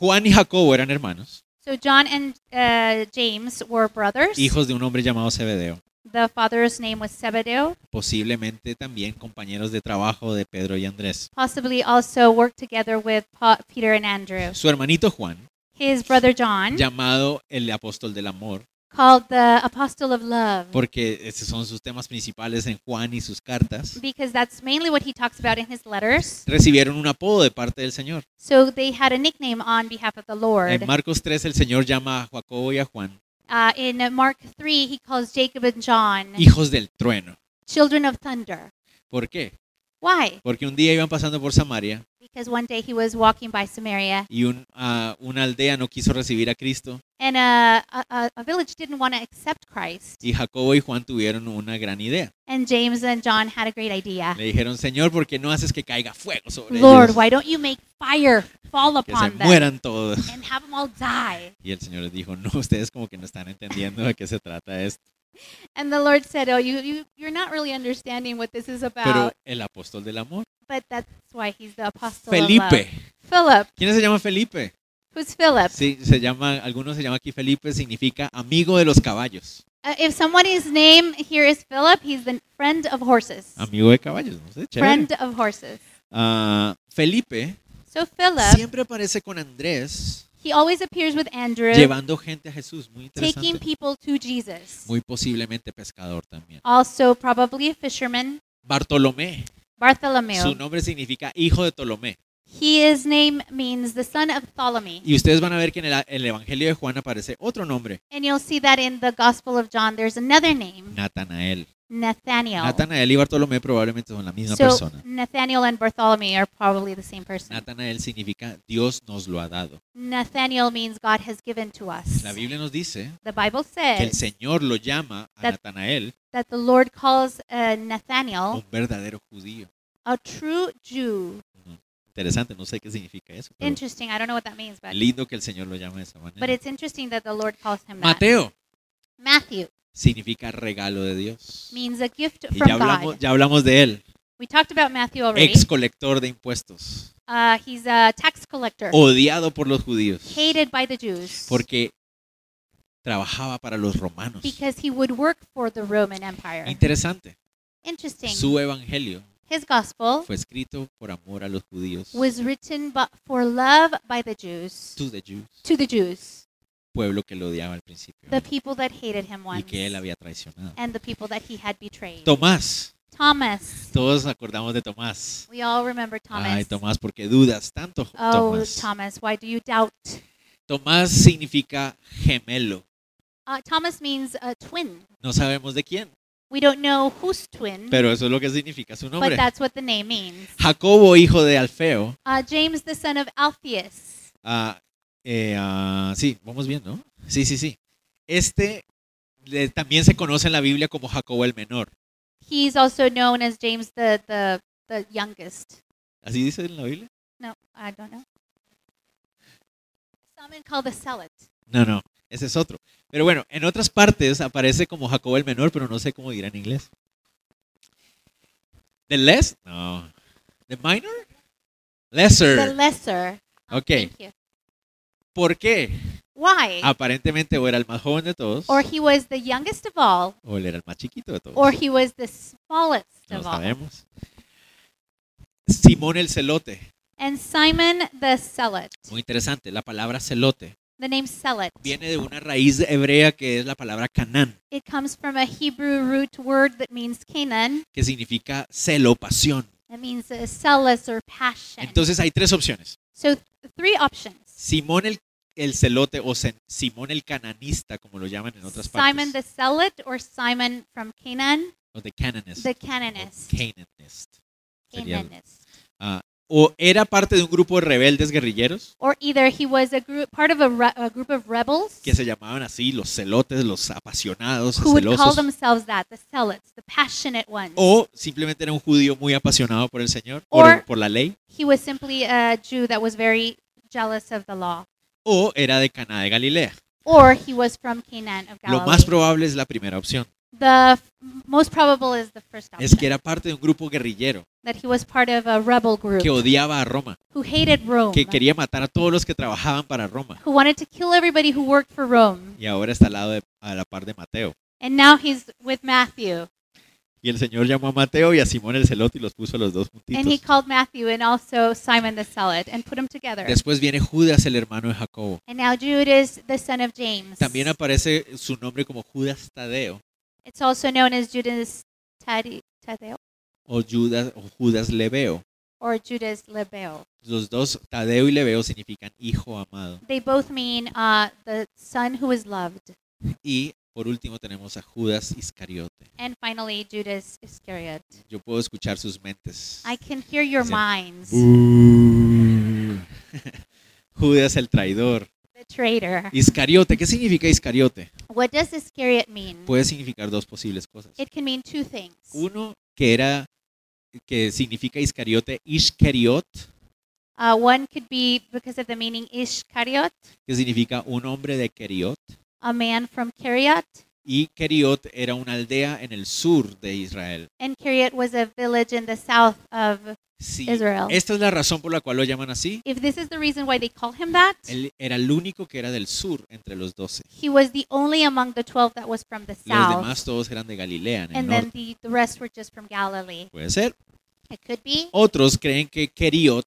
Juan y Jacobo eran hermanos,
So John and uh, James were brothers.
hijos de un hombre llamado Zebedeo,
The father's name was Zebedeo.
posiblemente también compañeros de trabajo de Pedro y Andrés.
Possibly also worked together with Pa- Peter and Andrew.
Su hermanito Juan,
His brother John,
llamado el apóstol del amor,
called the Apostle of Love,
porque esos son sus temas principales en Juan y sus cartas,
because that's mainly what he talks about in his letters.
recibieron un apodo de parte del Señor.
So they had a nickname on behalf of the Lord.
En Marcos 3 el Señor llama a Jacobo y a Juan
Uh, in Mark 3, he calls Jacob and John
hijos del trueno.
children of thunder.
¿Por qué?
Why?
Porque un día iban pasando por Samaria
Because one day he was walking by Samaria,
y un, ah, una aldea no quiso recibir a Cristo
and a, a- a, a village didn't want to accept Christ.
y Jacobo y Juan tuvieron una gran idea.
And James and John had a great idea.
Le dijeron, Señor, ¿por qué no haces que caiga fuego sobre
Ah. Lord,
ellos?
why don't you make fire fall
que se
upon them
mueran todos.
and have them all die?
Y el Señor les dijo, no, ustedes como que no están entendiendo de qué se trata esto.
And the Lord said, Oh, you, you, you're not really understanding what this is
Pero
about,
el apóstol del amor,
but that's why he's the apostle. of love.
Felipe.
Philip.
¿Quién se llama Felipe?
Who's Philip?
Sí, se llama, algunos se llama aquí Felipe, significa amigo de los caballos.
Uh, if somebody's name here is Philip, he's the friend of horses.
Amigo de caballos, no sé, Ah, chévere.
friend of horses.
Ah, Felipe
So Philip,
siempre aparece con Andrés
he always appears with Andrew,
llevando gente a Jesús, muy
taking
interesante.
people to Jesus.
Muy posiblemente pescador también.
Also, probably a fisherman,
Bartolomé, su
Bartholomew.
nombre significa hijo de Ptolomé.
He, his name means the son of Ptolemy.
Y ustedes van a ver que en el, el Evangelio de Juan aparece otro nombre,
And you'll see that in the Gospel of John, there's another name,
Natanael.
Nathaniel.
Natanael y Bartolomé probablemente son la misma
so
persona.
Nathaniel and Bartholomew are probably the same person.
Natanael significa Dios nos lo ha dado.
Nathaniel means God has given to us.
La Biblia nos dice
The Bible
que el
says
Señor lo llama a
That-
Natanael
that the Lord calls uh, Nathaniel
un verdadero judío.
a true Jew.
Oh. Interesante, no sé qué significa eso. pero
Interesting. I don't know what that means, but
lindo que el Señor lo llama de esa
but
manera.
it's interesting that the Lord calls him that.
Mateo
Matthew
significa regalo de Dios.
means a gift
Y ya
from
hablamos,
God.
ya hablamos de él,
We talked about Matthew already.
ex colector de impuestos,
Uh, he's a tax collector,
Oh. odiado por los judíos,
hated by the Jews
porque trabajaba para los romanos.
because he would work for the Roman Empire.
Interesante.
Interesting.
Su evangelio
His gospel
fue escrito por amor a los judíos,
was written bu- for love by the Jews
to the Jews,
to the Jews,
pueblo que lo odiaba al principio
the people that hated him
y
once,
que él había traicionado.
and the people that he had betrayed.
Tomás,
Thomas.
todos acordamos de Tomás.
We all remember Thomas.
Ay, Tomás, ¿por qué dudas tanto,
Oh,
Tomás?
Thomas, why do you doubt?
Tomás significa gemelo.
Uh, Thomas means a twin.
No sabemos de quién,
We don't know whose twin,
pero eso es lo que significa su
Mm. but
nombre.
that's what the name means.
Jacobo, hijo de Alfeo.
Uh, James, the son of Alphaeus.
ah, eh, ah, sí, vamos bien, ¿no? Sí, sí, sí. Este le- también se conoce en la Biblia como Jacobo el Menor.
He's also known as James the the, the youngest.
¿Así dice en la Biblia?
No, I don't know. Some call the Zealot.
No, no, ese es otro. Pero bueno, en otras partes aparece como Jacobo el Menor, pero no sé cómo dirá en inglés. ¿The less? No. ¿The minor?
The
Lesser.
lesser.
Ok.
Thank you.
¿Por qué?
Why?
Aparentemente o era el más joven de todos,
or he was the youngest of all,
o él era el más chiquito de todos.
or he was the smallest
No
of all.
sabemos. Simón el celote.
And Simon the Zealot.
Muy interesante. La palabra celote
The name Selet.
Viene de una raíz hebrea que es la palabra Canaán,
It comes from a Hebrew root word that means Canaan.
que significa celo, pasión.
That means uh, zealous or passion.
Entonces hay tres opciones.
so th- three options.
Simón el, el celote o Sen- Simón el cananista, como lo llaman en otras partes.
Simon the Zealot or Simon from Canaan,
o the cananist.
the
o
Canaanist.
Canaanist. sería-
Canaanist.
O era parte de un grupo de rebeldes guerrilleros
Or either he was a group, part of a, re- a group of rebels
que se llamaban así, los celotes, los apasionados,
who would call
celosos. Oh.
themselves that, the zealots, the passionate ones.
O simplemente era un judío muy apasionado por el Señor,
Or-
por, por la ley.
he was simply a Jew that was very jealous of the law.
O era de Caná de Galilea.
Or he was from Canaan of
Lo más
Galilee.
probable es la primera opción.
The f- most probable is the first option.
Es que era parte de un grupo guerrillero
that he was part of a rebel group
que odiaba a Roma,
who hated Rome,
que quería matar a todos los que trabajaban para Roma.
who wanted to kill everybody who worked for Rome.
Y ahora está al lado de- a la par de Mateo.
And now he's with Matthew.
Y el Señor llamó a Mateo y a Simón el celote y los puso a los dos
And he
juntitos.
called Matthew and also Simon the Zealot and put them together.
Después viene Judas, el hermano de Jacobo.
And now Jude is the son of James.
También aparece su nombre como Judas Tadeo
It's also known as Judas Tade- Tadeo
o Judas, o Judas Leveo.
or Judas Lebeo.
Los dos, Tadeo y Leveo, significan hijo amado.
They both mean uh, the son who is loved.
Y por último tenemos a Judas Iscariote.
And finally, Judas Iscariot.
Yo puedo escuchar sus mentes.
I can hear your
Is it-
minds.
Mm. Judas el traidor.
The traitor.
Iscariote, ¿qué significa Iscariote?
What does Iscariot mean?
Puede significar dos posibles cosas.
It can mean two things.
Uno, que era, que significa Iscariote, Ishkeriot,
Uh, one could be because of the meaning Ishkariot,
que significa un hombre de Keriot.
a man from Keriot,
Y Keriot era una aldea en el sur de Israel.
and Keriot was a village in the south of
Sí,
Israel.
esta es la razón por la cual lo llaman así.
If this is the reason why they call him that,
Él era el único que era del sur entre los doce.
he was the only among the 12 that was from the
Los
south,
demás todos eran de Galilea, en el
and
norte.
then the, the rest were just from Galilee.
Puede ser.
It could be.
Otros creen que Keriot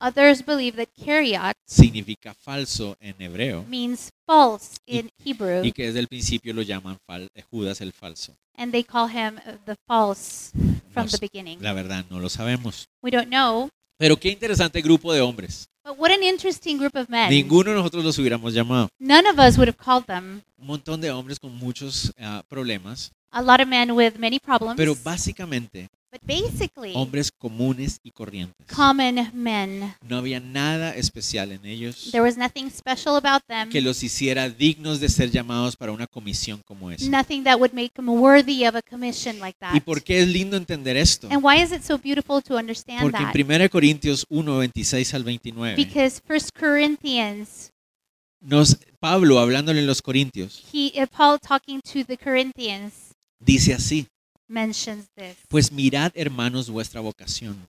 Others believe that Keriot
significa falso en hebreo
means false
Y-
in Hebrew,
y que desde el principio lo llaman fal- eh, Judas el falso.
and they call him uh, the false from
No
the
sé,
beginning.
la verdad, no lo sabemos.
We don't know,
Pero qué interesante grupo de hombres.
but what an interesting group of men.
Ninguno de nosotros los hubiéramos llamado.
None of us would have called them.
Un montón de hombres con muchos ah, problemas,
A lot of men with many problems,
pero básicamente
but basically
hombres comunes y corrientes.
common men.
No había nada especial en ellos
There was nothing special about them,
que los hiciera dignos de ser llamados para una comisión como esa.
nothing that would make them worthy of a commission like that.
¿Y por qué es lindo entender esto?
And why is it so beautiful to understand
Porque en
that?
1 Corintios 1, 26 al 29,
Because First Corinthians,
nos, Pablo, hablándole en los Corintios,
he uh, Paul talking to the Corinthians
dice así,
mentions this.
pues mirad, hermanos, vuestra vocación,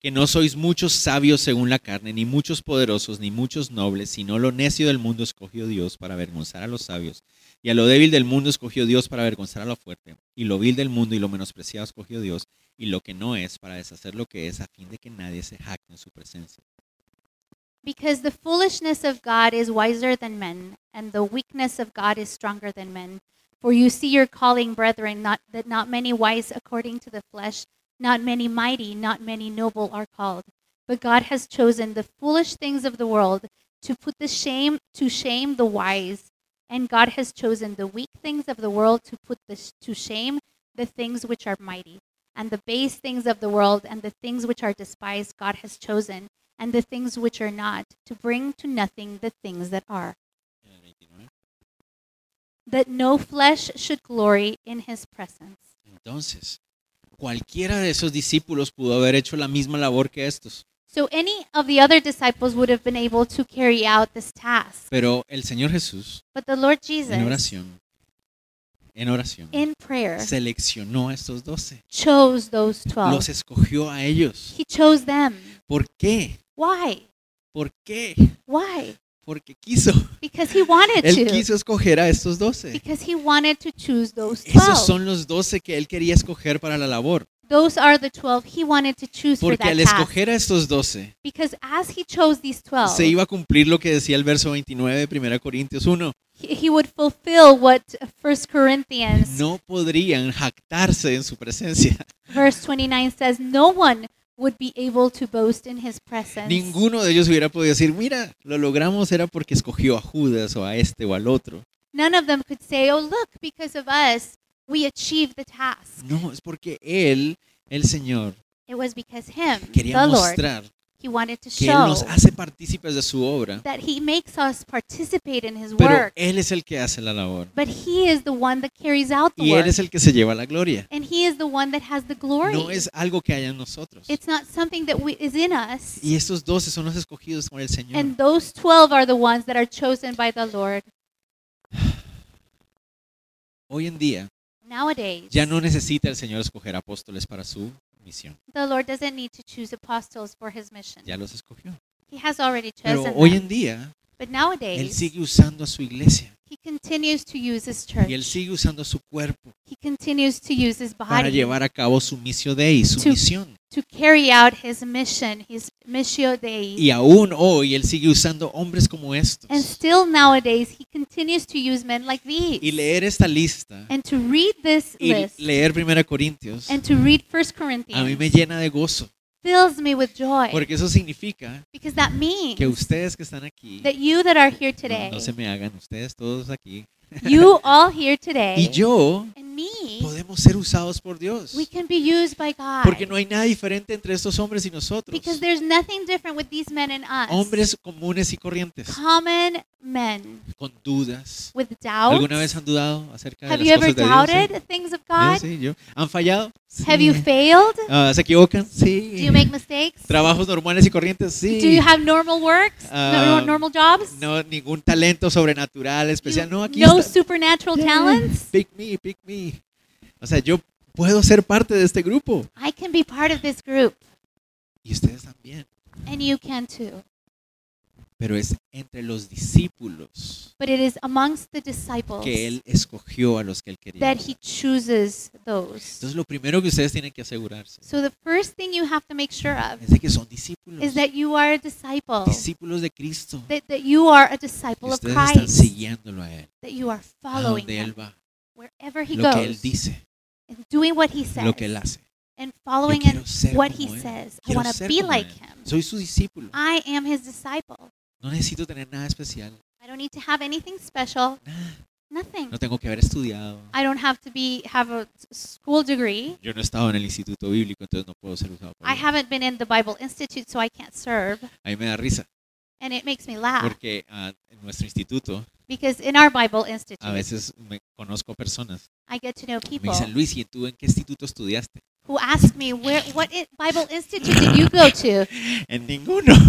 que no sois muchos sabios según la carne, ni muchos poderosos, ni muchos nobles, sino lo necio del mundo escogió Dios para avergonzar a los sabios, y a lo débil del mundo escogió Dios para avergonzar a lo fuerte, y lo vil del mundo y lo menospreciado escogió Dios, y lo que no es para deshacer lo que es, a fin de que nadie se jacte en su presencia.
Because the foolishness of God is wiser than men, and the weakness of God is stronger than men. For you see your calling, brethren, not, that not many wise according to the flesh, not many mighty, not many noble are called. But God has chosen the foolish things of the world to put the shame to shame the wise, and God has chosen the weak things of the world to put the, sh- to shame the things which are mighty, and the base things of the world and the things which are despised God has chosen and the things which are not, to bring to nothing the things that are,
En el 29.
that no flesh should glory in his presence.
Entonces, cualquiera de esos discípulos pudo haber hecho la misma labor que estos,
So any of the other disciples would have been able to carry out this task.
pero el Señor Jesús,
But the Lord
en
Jesus,
oración, en oración,
in prayer,
seleccionó a estos doce,
chose those 12.
los escogió a ellos.
He chose them.
¿Por qué?
Why?
¿Por qué?
Why?
Porque quiso.
Because he wanted
Él
to.
quiso escoger a estos doce.
Because he wanted to choose those
Esos
12.
son los doce que él quería escoger para la labor.
Those are the 12 he wanted to choose for
Porque
that
al
task.
escoger a estos doce,
Because as he chose these 12,
se iba a cumplir lo que decía el verso 29 de 1 Corintios 1.
he, he would fulfill what 1 Corinthians
No podrían jactarse en su presencia.
verse 29 says, no one would be able to boast in his presence.
Ninguno de ellos hubiera podido decir, mira, lo logramos era porque escogió a Judas o a este o al otro.
None of them could say, oh, look, because of us, we achieved the task.
No, es porque Él, el Señor,
It was because him,
quería
the Lord,
mostrar
he wanted to
que Él nos
show
hace partícipes de su obra,
that he makes us participate in his
pero
work.
Él es el que hace la labor.
But he is the one that carries out the
Y Él
work.
es el que se lleva la gloria.
And he is the one that has the glory.
No es algo que haya en nosotros.
It's not something that we, is in us.
Y estos doce son los escogidos por el Señor.
And those 12 are the ones that are chosen by the Lord.
Hoy en día
Nowadays,
ya no necesita el Señor escoger apóstoles para su misión.
the Lord doesn't need to choose apostles for his mission.
Ya los escogió.
He has already
Pero
chosen
hoy
them.
en día
But
Él
nowadays,
sigue usando a su iglesia
he continues to use his
y Él
church.
sigue usando su cuerpo
He continues to use his
para
body
llevar a cabo su misión Dei, su
To-
misión.
to carry out his mission, his missio dei.
Y aún hoy Él sigue usando hombres como
And
estos.
still nowadays, he continues to use men like these.
Y leer esta lista
and to read this
y
list
leer 1 Corintios
and to read 1
a mí
Corinthians
me llena de gozo.
fills me with joy
Porque eso significa
because that means
que ustedes que están aquí,
that you that are here
no,
today,
no se me hagan, ustedes todos aquí,
you all here
y
today,
yo
and me,
podemos ser usados por Dios.
we can be used by God
Porque no hay nada diferente entre estos hombres y nosotros.
because there's nothing different with these men and us.
Hombres comunes y corrientes,
Common men
con dudas.
with doubts.
¿Alguna vez han dudado acerca de
Have you
las
ever
cosas de
doubted
Dios?
things of
Sí.
God?
Yo sí, yo. ¿Han fallado? Sí.
Have you failed?
Ah, ¿Se equivocan?
Do
Sí.
you make mistakes?
¿Trabajos normales y corrientes? Sí.
Do you have normal works? No-
Ah,
normal jobs?
No, ningún talento sobrenatural especial. No, aquí
no
está.
supernatural
Yeah.
talents?
Pick me, pick me. O sea, yo puedo ser parte de este grupo.
I can be part of this group,
Y ustedes también.
and you can too.
Pero es entre los discípulos
But it is amongst the disciples
que Él escogió a los que Él quería.
that he chooses those.
Entonces, lo primero que ustedes tienen que asegurarse
So the first thing you have to make sure of
es de que son discípulos.
is that you are a disciple,
Discípulos de Cristo.
that, that you are a
Que
disciple of
ustedes están
Christ,
siguiéndolo a Él.
that you are
A
following
donde
him
Él va.
wherever he
Lo que Él
goes,
dice.
and doing what he says,
Lo que Él hace.
and
Yo
following in
quiero ser
what
como
he
Él.
says. Ah. I
Quiero
want to
ser
be
como
like
Él.
him.
Soy su discípulo.
I am his disciple.
No necesito tener nada especial.
I don't need to have anything special,
Nada.
nothing.
No tengo que haber estudiado.
I don't have to be have a s- school degree.
Yo no he estado en el instituto bíblico, entonces no puedo ser usado. Por
I
Dios.
haven't been in the Bible Institute, so I can't serve.
A mí me da risa.
And it makes me laugh
Porque ah, en nuestro instituto
because in our Bible
a
Institute,
veces me conozco personas.
I get to know
que Me
people
dicen, Luis, ¿y tú en qué instituto estudiaste?
who ask me, where, what i- Bible Institute did you go to?
En ninguno.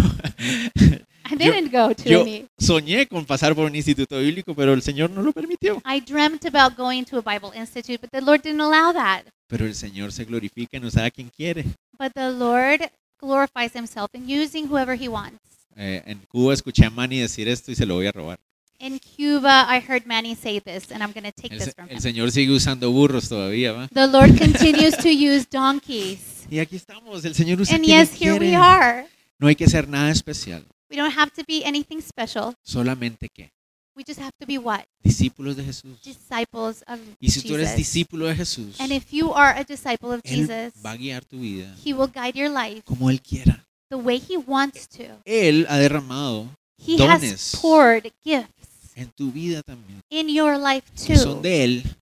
I didn't go to
yo-
any.
Soñé con pasar por un instituto bíblico, pero el Señor no lo permitió.
I dreamt about going to a Bible Institute, but the Lord didn't allow that.
Pero el Señor se glorifica en usar a quien quiere.
But the Lord glorifies himself in using whoever he wants.
Eh, en Cuba escuché a Manny decir esto y se lo voy a robar.
In Cuba, I heard Manny say this, and I'm going to take
El,
this
se-
from
el
him.
Señor sigue usando burros todavía, ¿va?
The Lord continues to use donkeys.
Y aquí estamos, el Señor usa a
And
quien
yes,
Él
here we
quiere.
are.
No hay que hacer nada especial,
We don't have to be anything special.
solamente que
We just have to be what?
discípulos de Jesús.
Disciples of
Y si tú eres
Jesus.
discípulo de Jesús,
And if you are a disciple of
Él
Jesus,
va a guiar tu vida
he will guide your life
como Él quiera.
the way he wants to.
Él ha derramado
He
Dones.
has poured gifts
en tu vida también,
in your life
que son
too.
de Él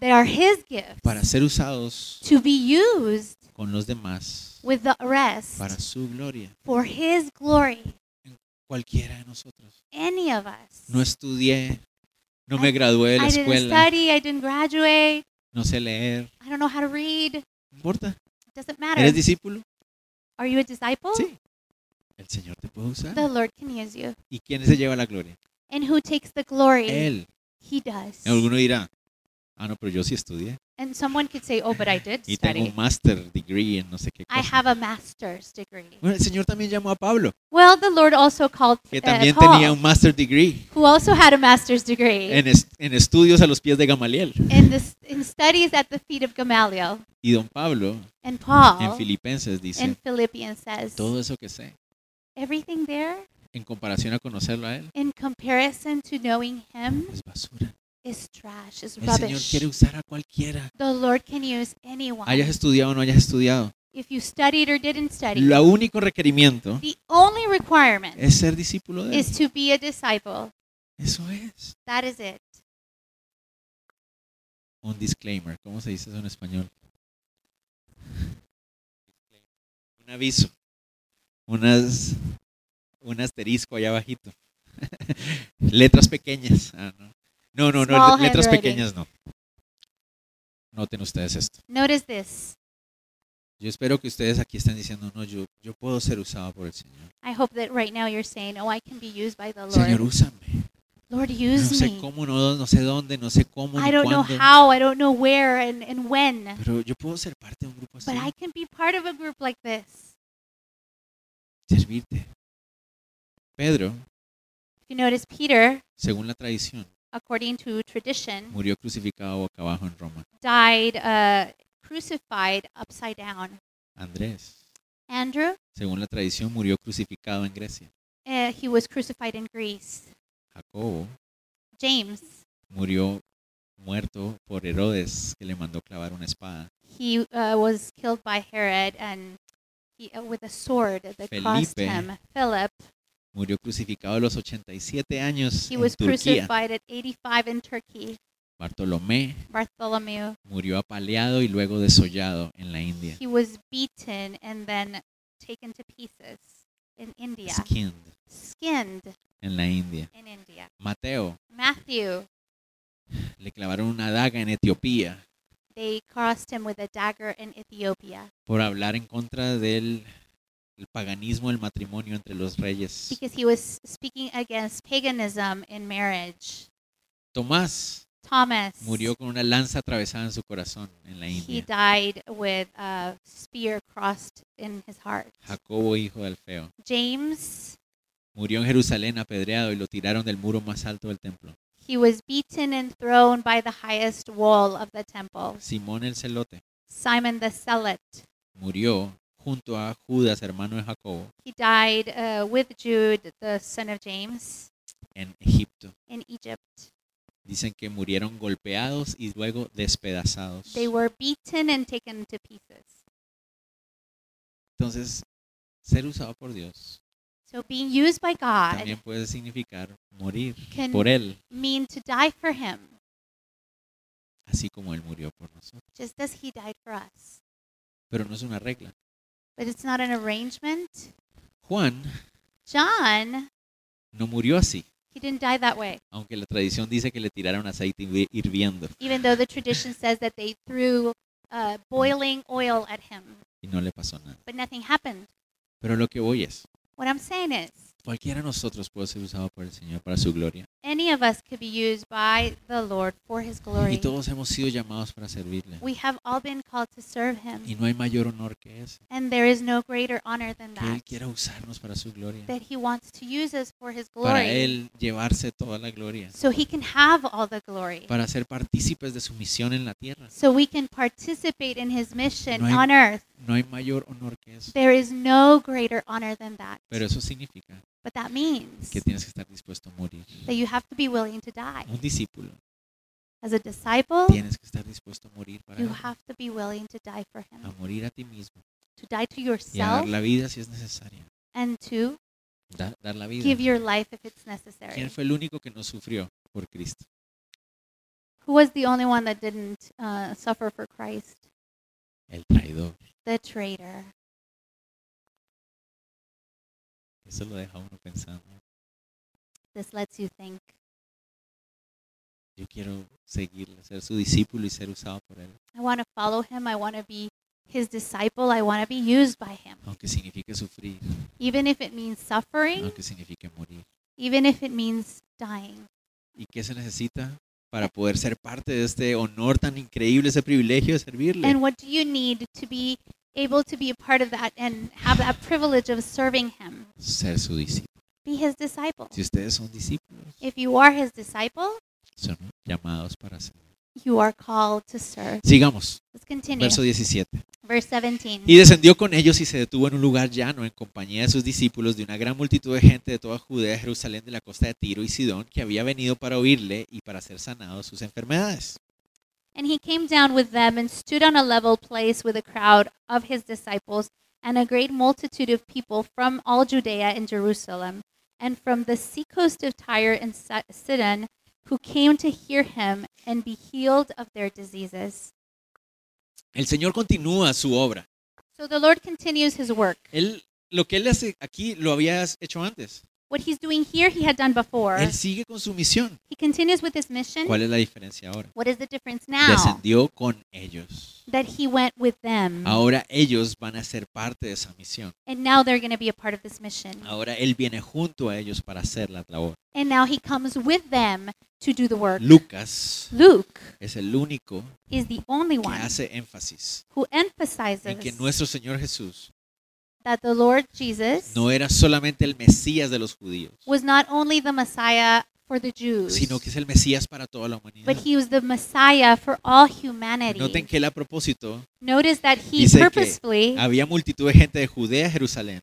They are his gifts
para ser usados
to be used
con los demás
with the rest
para su gloria.
for his glory.
Cualquiera de nosotros.
Any of us.
No estudié, no me
I-
gradué de la
I didn't
escuela,
study, I didn't graduate,
no sé leer.
I don't know how to read. It
No importa.
doesn't matter.
¿Eres discípulo?
Are you a disciple?
Sí. El Señor te puede usar.
The Lord can use you.
¿Y quién se lleva la gloria?
And who takes the glory?
Él.
He does.
Alguno dirá, Ah, no, pero yo sí estudié.
And someone could say, oh, but I did
Y tengo
study.
un master degree en no sé qué
I
cosa.
have a master's degree.
Bueno, el Señor también llamó a Pablo,
Well, the Lord also called
que
uh,
también tenía
Paul,
un master degree
who also had a master's degree
en, es- en estudios a los pies de Gamaliel.
in, the, in studies at the feet of Gamaliel.
Y don Pablo
And
Oh. en
Paul
Filipenses
in
dice,
Philippians says,
todo eso que sé,
everything there
en comparación a conocerlo a Él,
in comparison to knowing him
es basura.
is trash, is
El Señor
rubbish.
quiere usar a cualquiera.
The Lord can use anyone.
Hayas estudiado o no hayas estudiado.
If you studied or didn't study,
Lo único requerimiento
the only requirement
es ser discípulo de Él.
is to be a disciple.
Eso es.
That is it.
Un disclaimer. ¿Cómo se dice eso en español? Un aviso. Unas, un asterisco allá abajito. letras pequeñas. Ah, no. No, no, no,
Small
le- letras
handwriting.
pequeñas no. Noten ustedes esto.
Notice this.
Yo espero que ustedes aquí estén diciendo, no, yo, yo puedo ser usado por el Señor.
I hope that right now you're saying, "Oh, I can be used by the Lord.
Señor, úsame.
Lord,
No
use
sé
me.
cómo, no, no sé dónde, no sé cómo,
I
ni
don't know
cuándo.
how. I don't know where and, and when.
Pero yo puedo ser parte de un grupo así.
But I can be part of a group like this."
servirte. Pedro,
If you notice, Peter,
según la tradición,
according to tradition,
murió crucificado boca abajo en Roma.
died uh, crucified upside down.
Andrés,
Andrew,
según la tradición, murió crucificado en Grecia.
uh, he was crucified in Greece.
Jacobo
James,
murió muerto por Herodes, que le mandó clavar una espada.
he uh, was killed by Herod and he, uh, with a sword that cost
Felipe.
him. Philip,
Murió crucificado a los 87 años
he
en
was
Turquía.
crucified at 85 in Turkey.
Bartolomé
Bartholomew,
murió apaleado y luego desollado en la India.
he was beaten and then taken to pieces in India,
Skinned
skinned
en la India.
in India.
Mateo
Matthew,
le clavaron una daga en Etiopía
they crossed him with a dagger in Ethiopia
por hablar en contra del el paganismo del matrimonio entre los reyes.
because he was speaking against paganism in marriage.
Tomás
Thomas,
murió con una lanza atravesada en su corazón en la
he
India.
died with a spear crossed in his heart.
Jacobo, hijo de Alfeo,
James,
murió en Jerusalén apedreado y lo tiraron del muro más alto del templo.
he was beaten and thrown by the highest wall of the temple.
Simón el celote
Simon the Zealot,
murió junto a Judas, hermano de Jacobo,
He died uh, with Jude, the son of James,
en Egipto.
in Egypt.
Dicen que murieron golpeados y luego despedazados.
They were beaten and taken to pieces.
Entonces, ser usado por Dios
So being used by God
también puede significar morir
can
por Él,
mean to die for him,
así como Él murió por nosotros.
just as he died for us.
Pero no es una regla.
But it's not an arrangement.
Juan
John,
no murió así,
he didn't die that way,
aunque la tradición dice que le tiraron aceite hirvi- hirviendo
even though the tradition says that they threw uh, boiling oil at him,
y no le pasó nada.
but nothing happened.
Pero lo que voy es,
What I'm saying is,
cualquiera de nosotros puede ser usado por el Señor para su gloria.
any of us could be used by the Lord for his
Y
glory.
todos hemos sido llamados para servirle.
We have all been called to serve him.
Y no hay mayor honor que ese,
And there is no greater honor than
que Él
that.
quiera usarnos para su gloria.
That he wants to use us for his
Para
glory.
Él llevarse toda la gloria.
So he can have all the glory.
Para ser partícipes de su misión en la tierra.
So we can participate in his mission
No hay-
on earth.
No hay mayor honor que eso.
There is no greater honor than that.
Pero eso significa
But that means
que tienes que estar dispuesto a morir.
that you have to be willing to die.
Un discípulo,
As a disciple,
tienes que estar dispuesto a morir para
you
Él,
have to be willing to die for
a
him.
morir a ti mismo
To die to
y a dar
yourself
la vida si es necesaria.
and to
Dar, dar la vida.
give your life if it's
¿Quién
necessary.
fue el único que no sufrió por Cristo?
Who was the only one that didn't uh, suffer for Christ?
El traidor.
The traitor.
Eso lo deja uno pensando.
This lets you think.
Yo quiero seguirle, ser su discípulo y ser usado por él,
I want to follow him. I want to be his disciple. I want to be used by him.
aunque signifique sufrir,
Even if it means suffering,
aunque signifique morir.
even if it means dying.
¿Y qué se necesita? para poder ser parte de este honor tan increíble, ese privilegio de servirle.
And what do you need to be able to be a part of that and have that privilege of serving him?
ser su discípulo.
Be his disciple.
Si ustedes son discípulos,
If you are his disciple,
son llamados para ser.
you are called to serve.
Sigamos,
Let's continue.
verso 17.
Verse 17.
Y descendió con ellos y se detuvo en un lugar llano en compañía de sus discípulos de una gran multitud de gente de toda Judea, Jerusalén, de la costa de Tiro y Sidón, que había venido para oírle y para ser sanados sus enfermedades.
And he came down with them and stood on a level place with a crowd of his disciples and a great multitude of people from all Judea and Jerusalem and from the seacoast of Tyre and Si- Sidon who came to hear him and be healed of their diseases.
El Señor continúa su obra.
So the Lord continues his work.
Él, lo que él hace aquí lo había hecho antes.
What he's doing here, he had done before.
Él sigue con su misión.
He continues with his mission.
¿Cuál es la diferencia ahora?
What is the difference now?
Descendió con ellos.
That he went with them.
Ahora ellos van a ser parte de esa misión.
And now they're going to be a part of this mission.
Ahora Él viene junto a ellos para hacer la labor.
And now he comes with them to do the work.
Lucas
Luke
es el único
is the only
que
one
hace énfasis
who
en que
emphasizes
nuestro Señor Jesús
that the Lord Jesus
no era solamente el Mesías de los judíos,
was not only the Messiah for the Jews,
sino que es el Mesías para toda la
but
humanidad.
he was the Messiah for all
Noten
humanity.
que Él a propósito
Notice that he
Dice que
purposefully,
había multitud de gente de Judea, Jerusalén,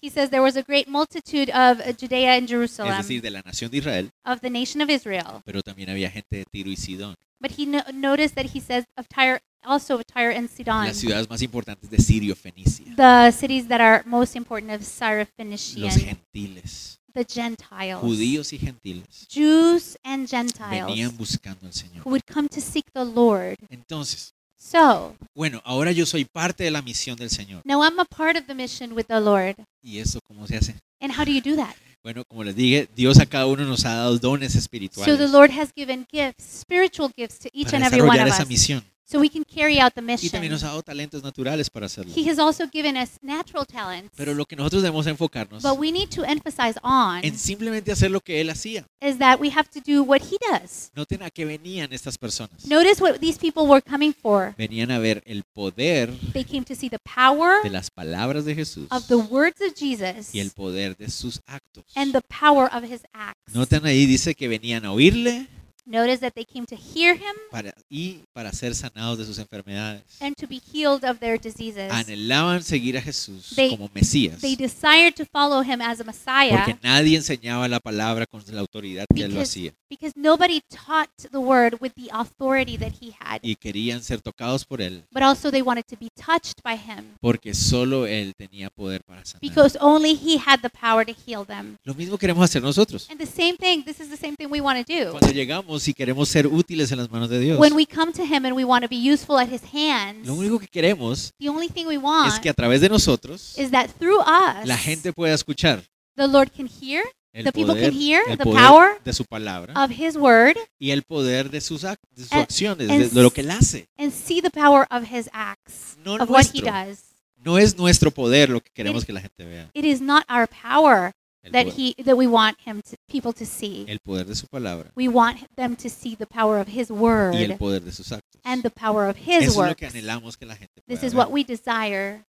he says there was a great multitude of uh, Judea and
es
Jerusalem,
decir, de la nación de Israel,
of the nation of Israel.
pero también había gente de Tiro y Sidón,
But he no- noticed that he says of Tyre, also of Tyre and Sidon,
las ciudades más importantes de Sirio, Fenicia,
the cities that are most important of
los
Syrophoenician,
gentiles,
the Gentiles,
judíos y gentiles,
Jews and Gentiles,
venían buscando al Señor.
who would come to seek the Lord.
Entonces,
So
Bueno, ahora yo soy parte de la misión del Señor.
now I'm a part of the mission with the Lord.
¿Y eso cómo se hace?
And how do you do that?
Bueno, como les dije, Dios a cada uno nos ha dado dones
So the
espirituales
Lord has given gifts, spiritual gifts to each
para
and every one
desarrollar
of
esa
us.
misión.
So we can carry out the
Y también
mission.
nos ha dado talentos naturales para hacerlo.
He has also given us natural talents.
Pero lo que nosotros debemos enfocarnos
But we need to emphasize on
en simplemente hacer lo que Él hacía.
is that we have to do what he does.
Noten a qué venían estas personas.
Notice what these people were coming for.
Venían a ver el poder
They came to see the power
de las palabras de Jesús
of the words of Jesus
y el poder de sus actos.
and the power of his acts.
Noten ahí, dice que venían a oírle
Notice that they came to hear him
para, y para ser sanados de sus enfermedades.
and to be healed of their diseases.
anhelaban seguir a Jesús
They-
como Mesías,
They desired to follow him as a Messiah
porque nadie enseñaba la palabra con la autoridad que él lo
Because-
hacía,
because nobody taught the word with the authority that he had.
y querían ser tocados por él,
But also, they wanted to be touched by him
porque solo él tenía poder para sanar.
because only he had the power to heal them.
lo mismo queremos hacer nosotros.
And the same thing, this is the same thing we want to do.
Cuando llegamos y queremos ser útiles en las manos de Dios,
When we come to him and we want to be useful at his hands,
lo único que queremos
the only thing we
es
want
que a través de nosotros
is that through us,
la gente pueda escuchar
the Lord can hear
el
The people
poder,
can hear
el
the
poder
power
de su palabra
of his word
y el poder de sus, ac- de sus
and-
acciones,
and
de, de lo que él hace.
and see the power of his acts,
No
of what he
nuestro.
does.
No es nuestro poder lo que queremos
It-
que la gente vea.
It is not our power
El
that
poder-
he that we want him to, people to see.
el poder de su palabra
We want them to see the power of His
y el
Word
poder de sus actos.
and the power of
Eso
His
es lo
work.
que anhelamos que la gente
This
pueda
is
ver.
what we desire.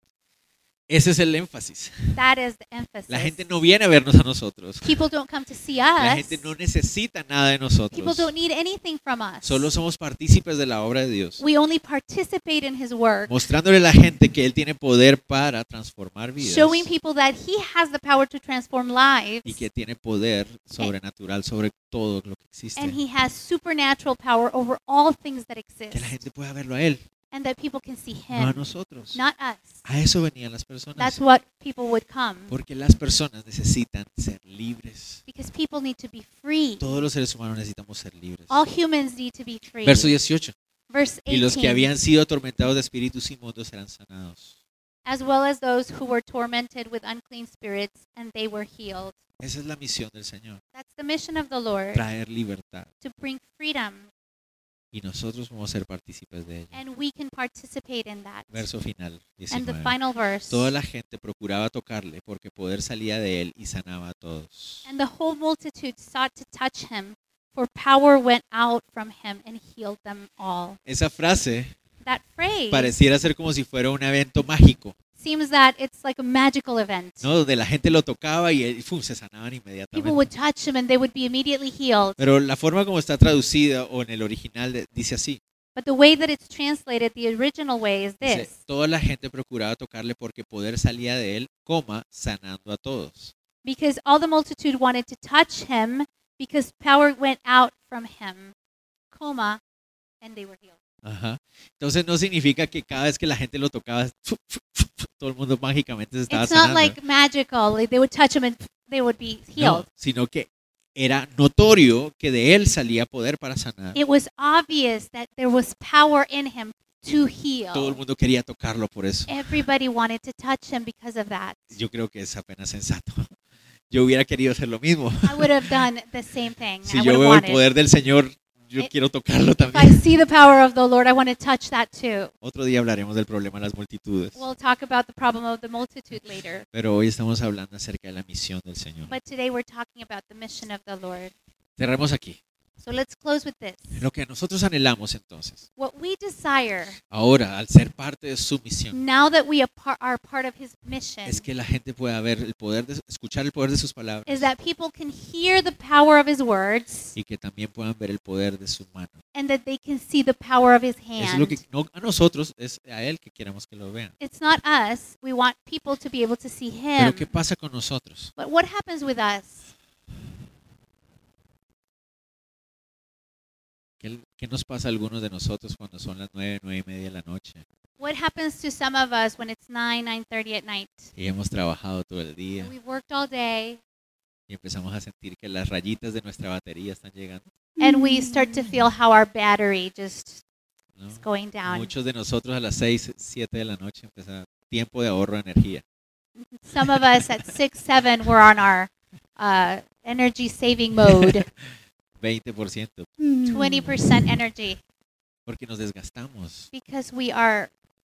Ese es el énfasis.
That is the
La gente
emphasis.
no viene a vernos a nosotros.
People don't come to see
La
us.
gente no necesita nada de
People
nosotros.
don't need anything from us.
Solo somos partícipes de la obra de Dios,
We only participate in His work,
mostrándole a la gente que Él tiene poder para transformar vidas
showing people that He has the power to transform lives
y que tiene poder sobrenatural sobre todo lo que
and
existe.
He has supernatural power over all things that
Que la
exist
gente pueda verlo a Él,
and that people can see
no a
Him,
nosotros.
not us.
A eso venían las
That's
personas.
what people would come
Porque las personas necesitan ser libres.
because people need to be free.
Todos los seres humanos necesitamos ser libres.
All humans need to be free.
Verso 18.
Verse
Y los que
18.
habían sido atormentados de espíritus inmundos serán sanados.
as well as those who were tormented with unclean spirits, and they were healed.
Esa es la misión del Señor,
That's the mission of the Lord
traer libertad.
to bring freedom,
Y nosotros vamos a ser partícipes de ella.
and we can participate in that.
Verso final,
and the
19.
final verse.
Toda la gente procuraba tocarle porque poder salía de él y sanaba a todos.
and the whole multitude sought to touch him, for power went out from him and healed them all.
Esa frase
That phrase
pareciera ser como si fuera un evento mágico,
seems that it's like a magical event.
¿no? Donde la gente lo tocaba y eh, ¡fum! se sanaban
People
inmediatamente.
would touch him and they would be immediately healed.
Pero la forma como está traducida o en el original de- dice así,
But the way that it's translated, the original way, is
dice,
this
toda la gente procuraba tocarle porque poder salía de él, coma, sanando a todos.
because all the multitude wanted to touch him because power went out from him, coma, and they were healed.
Ajá. Entonces no significa que cada vez que la gente lo tocaba, ¡fu, fu, fu, fu! todo el mundo mágicamente se estaba
It's not
sanando.
like magical. Like they would touch him and they would be
No,
healed.
sino que era notorio que de él salía poder para sanar.
It was obvious that there was power in him to
Todo el
heal.
mundo quería tocarlo por eso.
Everybody wanted to touch him because of that.
Yo creo que es apenas sensato. Yo hubiera querido hacer lo mismo.
I would have done the same thing.
Si
I would
yo
have
veo el
wanted.
poder del Señor, yo
Ah, Eh,
quiero tocarlo
If I
también.
see the power of the Lord, I want to touch that too.
Otro día hablaremos del problema de las multitudes.
We'll talk about the problem of the multitude later.
Pero hoy estamos hablando acerca de la misión del Señor.
But today we're talking about the mission of the Lord.
Cerremos aquí.
So let's close with this.
Lo que nosotros anhelamos entonces,
What we desire
ahora al ser parte de su misión,
now that we are par- are part of his mission
es que la gente pueda ver el poder, de, escuchar el poder de sus palabras
is that people can hear the power of his words
y que también puedan ver el poder de su mano.
and that they can see the power of his
Eso es lo
hand.
que no a nosotros, es a Él que queremos que lo vean.
It's not us. We want people to be able to see him.
Pero ¿qué pasa con nosotros?
But what happens with us?
¿Qué, qué nos pasa a algunos de nosotros cuando son las nueve, nueve y media de la noche
What happens to some of us when it's 9, 9:30 at night?
y hemos trabajado todo el
And
día
We've worked all day
y empezamos a sentir que las rayitas de nuestra batería están llegando?
and we start to feel how our battery just
¿no?
is going down.
Muchos de nosotros a las seis, siete de la noche empezar tiempo de ahorro de energía.
Some of us at 6, 7 we're on our uh, energy saving mode,
20%,
20% energy
porque nos desgastamos.
because we are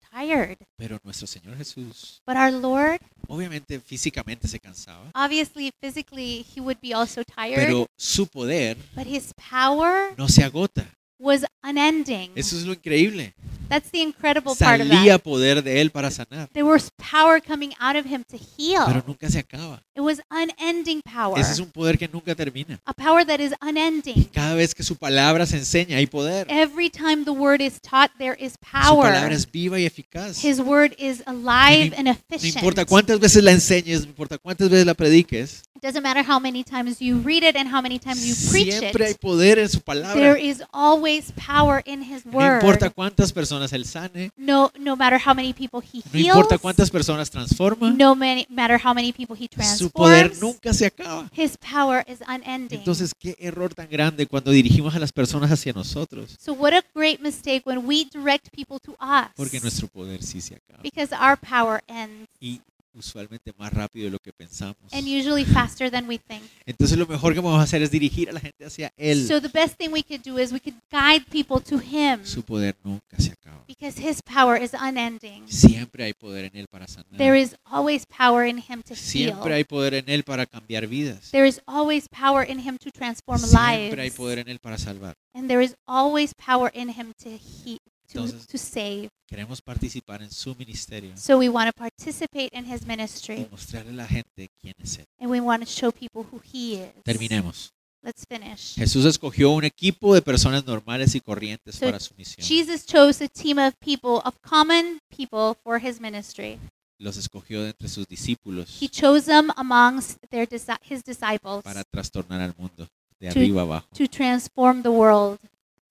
tired.
Pero nuestro Señor Jesús,
But our Lord,
obviamente físicamente se cansaba,
obviously physically he would be also tired,
pero su poder
but his power
no se agota.
was unending.
Eso es lo increíble.
That's the incredible part of
Salía
that.
poder de él para sanar,
There was power coming out of him to
pero
heal.
nunca se acaba.
It was unending power.
Ese es un poder que nunca termina.
a power that is
Y
unending.
cada vez que su palabra se enseña hay poder.
Every time the word is taught, there is
Su
power.
palabra es viva y eficaz.
His word is alive
No
and
No
efficient.
importa cuántas veces la enseñes, no importa cuántas veces la prediques,
It doesn't matter how many times you read it and how many times you preach
siempre hay
it.
poder en su
There
palabra.
is always power in his
No
word.
importa cuántas personas él sane,
no, no matter how many people he
no
heals.
importa cuántas personas transforma,
no many, matter how many people he
su poder
transforms.
nunca se acaba.
his power is unending.
Entonces, qué error tan grande cuando dirigimos a las personas hacia nosotros,
so what a great mistake when we direct people to us.
porque nuestro poder sí se acaba.
because our power ends
Y usualmente más rápido de lo que pensamos.
and usually faster than we think.
Entonces, lo mejor que vamos a hacer es dirigir a la gente hacia Él.
So the best thing we could do is we could guide people to him
Su poder nunca se acaba.
because his power is unending.
Siempre hay poder en Él para
There
sanar.
is always power in him to heal.
Siempre hay poder en Él para cambiar vidas.
There is always power in him to transform
Siempre hay
lives.
poder en Él para salvar.
And there is always power in him to he to,
Entonces-
to save.
Queremos participar en su ministerio
So we want to participate in his
y
ministry
mostrarle a la gente quién es Él.
and we want to show people who he is.
Terminemos.
Let's finish.
Jesús escogió un equipo de personas normales y corrientes
So,
para su misión.
Jesus chose a team of people, of common people for his ministry.
Los escogió de entre sus discípulos
He chose them amongst their disi- his disciples
para trastornar al mundo de
To-
arriba abajo.
to transform the world,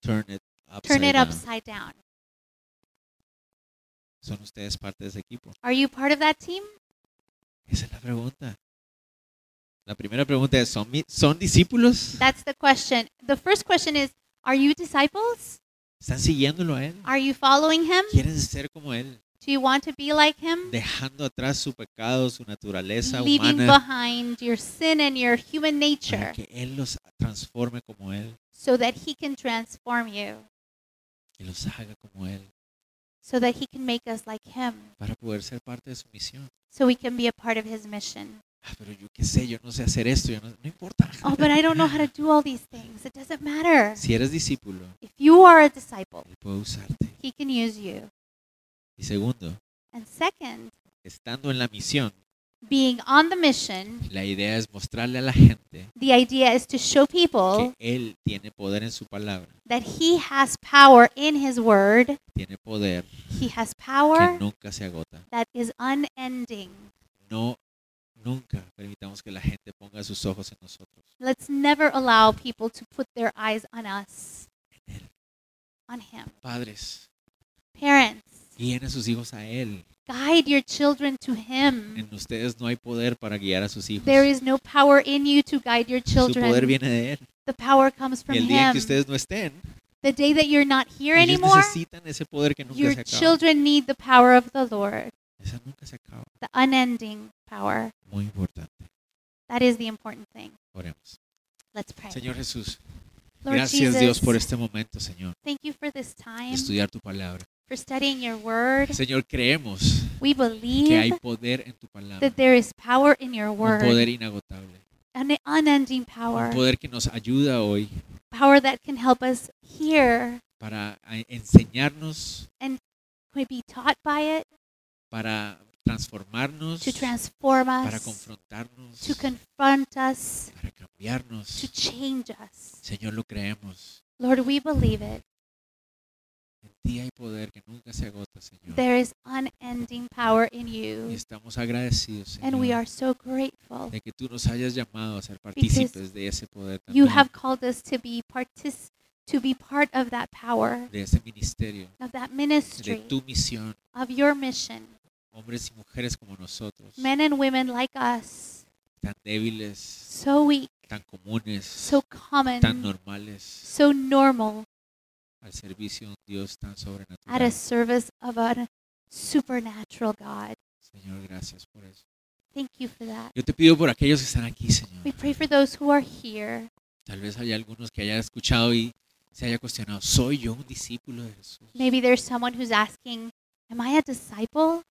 Turn it upside
turn it
down.
upside down.
¿Son ustedes parte de ese equipo?
Are you part of that team?
Esa es la pregunta. La primera pregunta es, ¿son, mi- ¿son discípulos?
That's the question. The first question is Are you disciples?
¿Están siguiéndolo a Él?
Are you following him?
¿Quieren ser como Él?
Do you want to be like him?
Dejando atrás su pecado, su naturaleza
Leaving
humana,
behind your sin and your human
para
nature
que Él los transforme como Él
so that he can transform you,
y los haga como Él,
so that he can make us like him,
para poder ser parte de su misión.
so we can be a part of his mission.
ah, pero yo qué sé, yo no sé hacer esto, yo no, no importa.
Oh, but I don't know how to do all these things. It doesn't matter.
Si eres discípulo,
If you are a disciple,
Él puede usarte.
he can use you.
Y segundo,
And second,
estando en la misión,
being on the mission,
la idea es mostrarle a la gente
the idea is to show
que
people
Él tiene poder en su palabra,
that he has power in his word.
tiene poder
He has
que
power
nunca se agota.
that is unending.
No, nunca permitamos que la gente ponga sus ojos en nosotros.
Let's never allow people to put their eyes on us, on him.
Padres,
Parents,
guíen a sus hijos a Él.
guide your children to him.
En ustedes no hay poder para guiar a sus hijos.
There is no power in you to guide your
Su poder
children.
viene de Él.
The power comes from
Y el día en
him.
que ustedes no estén,
The day that you're not here
ellos
anymore,
necesitan ese poder que nunca
your
se acaba.
children need the power of the Lord,
Esa nunca se acaba.
the unending power.
Muy importante.
That is the important thing.
Oremos.
Let's pray.
Señor Jesús,
Lord
gracias
Jesus,
Dios por este momento, Señor,
thank you for this time,
de estudiar tu palabra.
for studying your word.
Señor, creemos
We
que hay
believe
poder en tu palabra,
that there is power in your
un
word,
poder inagotable,
an unending
un
power,
poder que nos ayuda hoy
power that can help us hear,
para a- enseñarnos,
could be taught by it,
para transformarnos,
to transform
para
us,
confrontarnos,
to confront us,
para cambiarnos.
to change us.
Señor, lo creemos.
Lord, we believe it.
En ti hay poder que nunca se agota, Señor.
There is unending power in
Y
you,
estamos agradecidos, Señor,
and we are so grateful.
de que tú nos hayas llamado a ser partícipes de ese poder
You
también,
have called us to be partic- to be part of that power,
de ese ministerio,
of that
de
ministry,
tu misión,
of your mission.
hombres y mujeres como nosotros,
Men and women like us,
tan débiles,
so weak,
tan comunes,
so
tan
common,
normales,
so normal,
al servicio de un Dios tan
at a
sobrenatural.
service of a supernatural God.
Señor, gracias por eso.
Thank you for that.
Yo te pido por aquellos que están aquí,
We
Señor.
pray for those who are here.
Tal vez haya algunos que hayan escuchado y se haya cuestionado, ¿soy yo un discípulo de Jesús?
Maybe there's someone who's asking, Am I a disciple?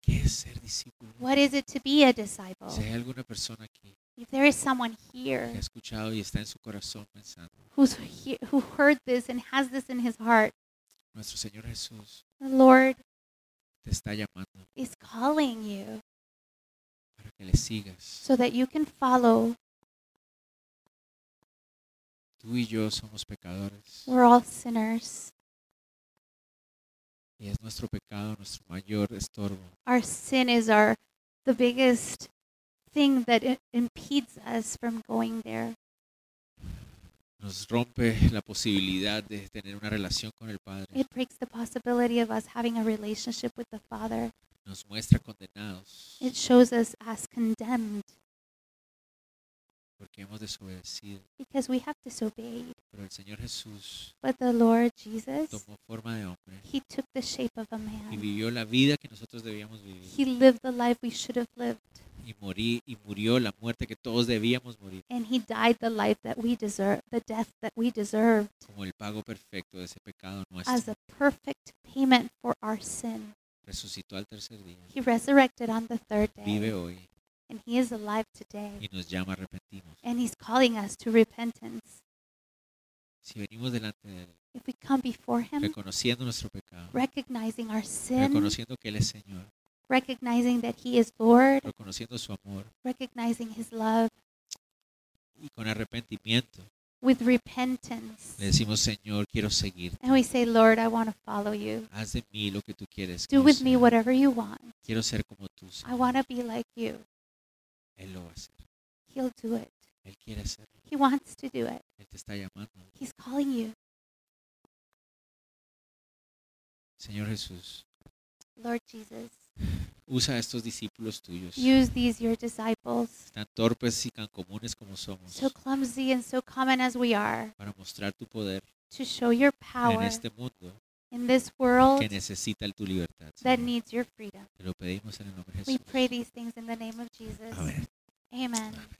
¿Qué es ser discípulo?
What is it to be a disciple?
Si hay alguna persona aquí
If there is someone
que ha
here
escuchado y está en su corazón pensando,
who's he- who heard this and has this in his heart,
nuestro Señor Jesús
the Lord
te está llamando
is calling you
para que le sigas.
so that you can follow.
Tú y yo somos pecadores
We're all sinners.
y es nuestro pecado nuestro mayor estorbo.
Our sin is our the biggest thing that i- impedes us from going there.
Nos rompe la posibilidad de tener una relación con el Padre.
It breaks the possibility of us having a relationship with the Father.
Nos muestra condenados
It shows us as condemned
porque hemos desobedecido.
because we have disobeyed.
Pero el Señor Jesús
But the Lord Jesus,
tomó forma de hombre
he took the shape of a
y
man.
vivió la vida que nosotros debíamos vivir
He lived the life we should have lived.
y morí y murió la muerte que todos debíamos morir
and he died the life that we deserve, the death that we deserved,
como el pago perfecto de ese pecado
as
nuestro.
a perfect payment for our sin.
Resucitó al tercer día.
He resurrected on the third
vive
day,
hoy
and he is alive today,
y nos llama a arrepentirnos.
and he's calling us to repentance.
Si venimos delante de Él,
If we come before him,
reconociendo nuestro pecado,
recognizing our sin,
reconociendo que Él es Señor,
recognizing that he is Lord,
reconociendo su amor
recognizing his love,
y con arrepentimiento
with repentance,
le decimos, Señor, quiero seguir.
and we say, Lord, I want to follow you.
Haz de mí lo que tú quieres. que
Do
yo
with
sea.
me whatever you want.
Quiero ser como tú.
I
Señor".
want to be like you.
Él lo va a hacer.
He'll do it.
Él quiere hacerlo.
He wants to do it.
Él te está llamando.
He's calling you.
Señor Jesús,
Lord Jesus,
usa a estos discípulos tuyos,
use these your disciples,
tan torpes y tan comunes como somos,
so clumsy and so common as we are,
para mostrar tu poder
to show your
en
power
este mundo
in this world
que necesita tu libertad. Señor.
that needs your freedom.
Te lo pedimos en el nombre de
We
Jesús.
pray these things in the name of Jesus.
Amén.
Amen.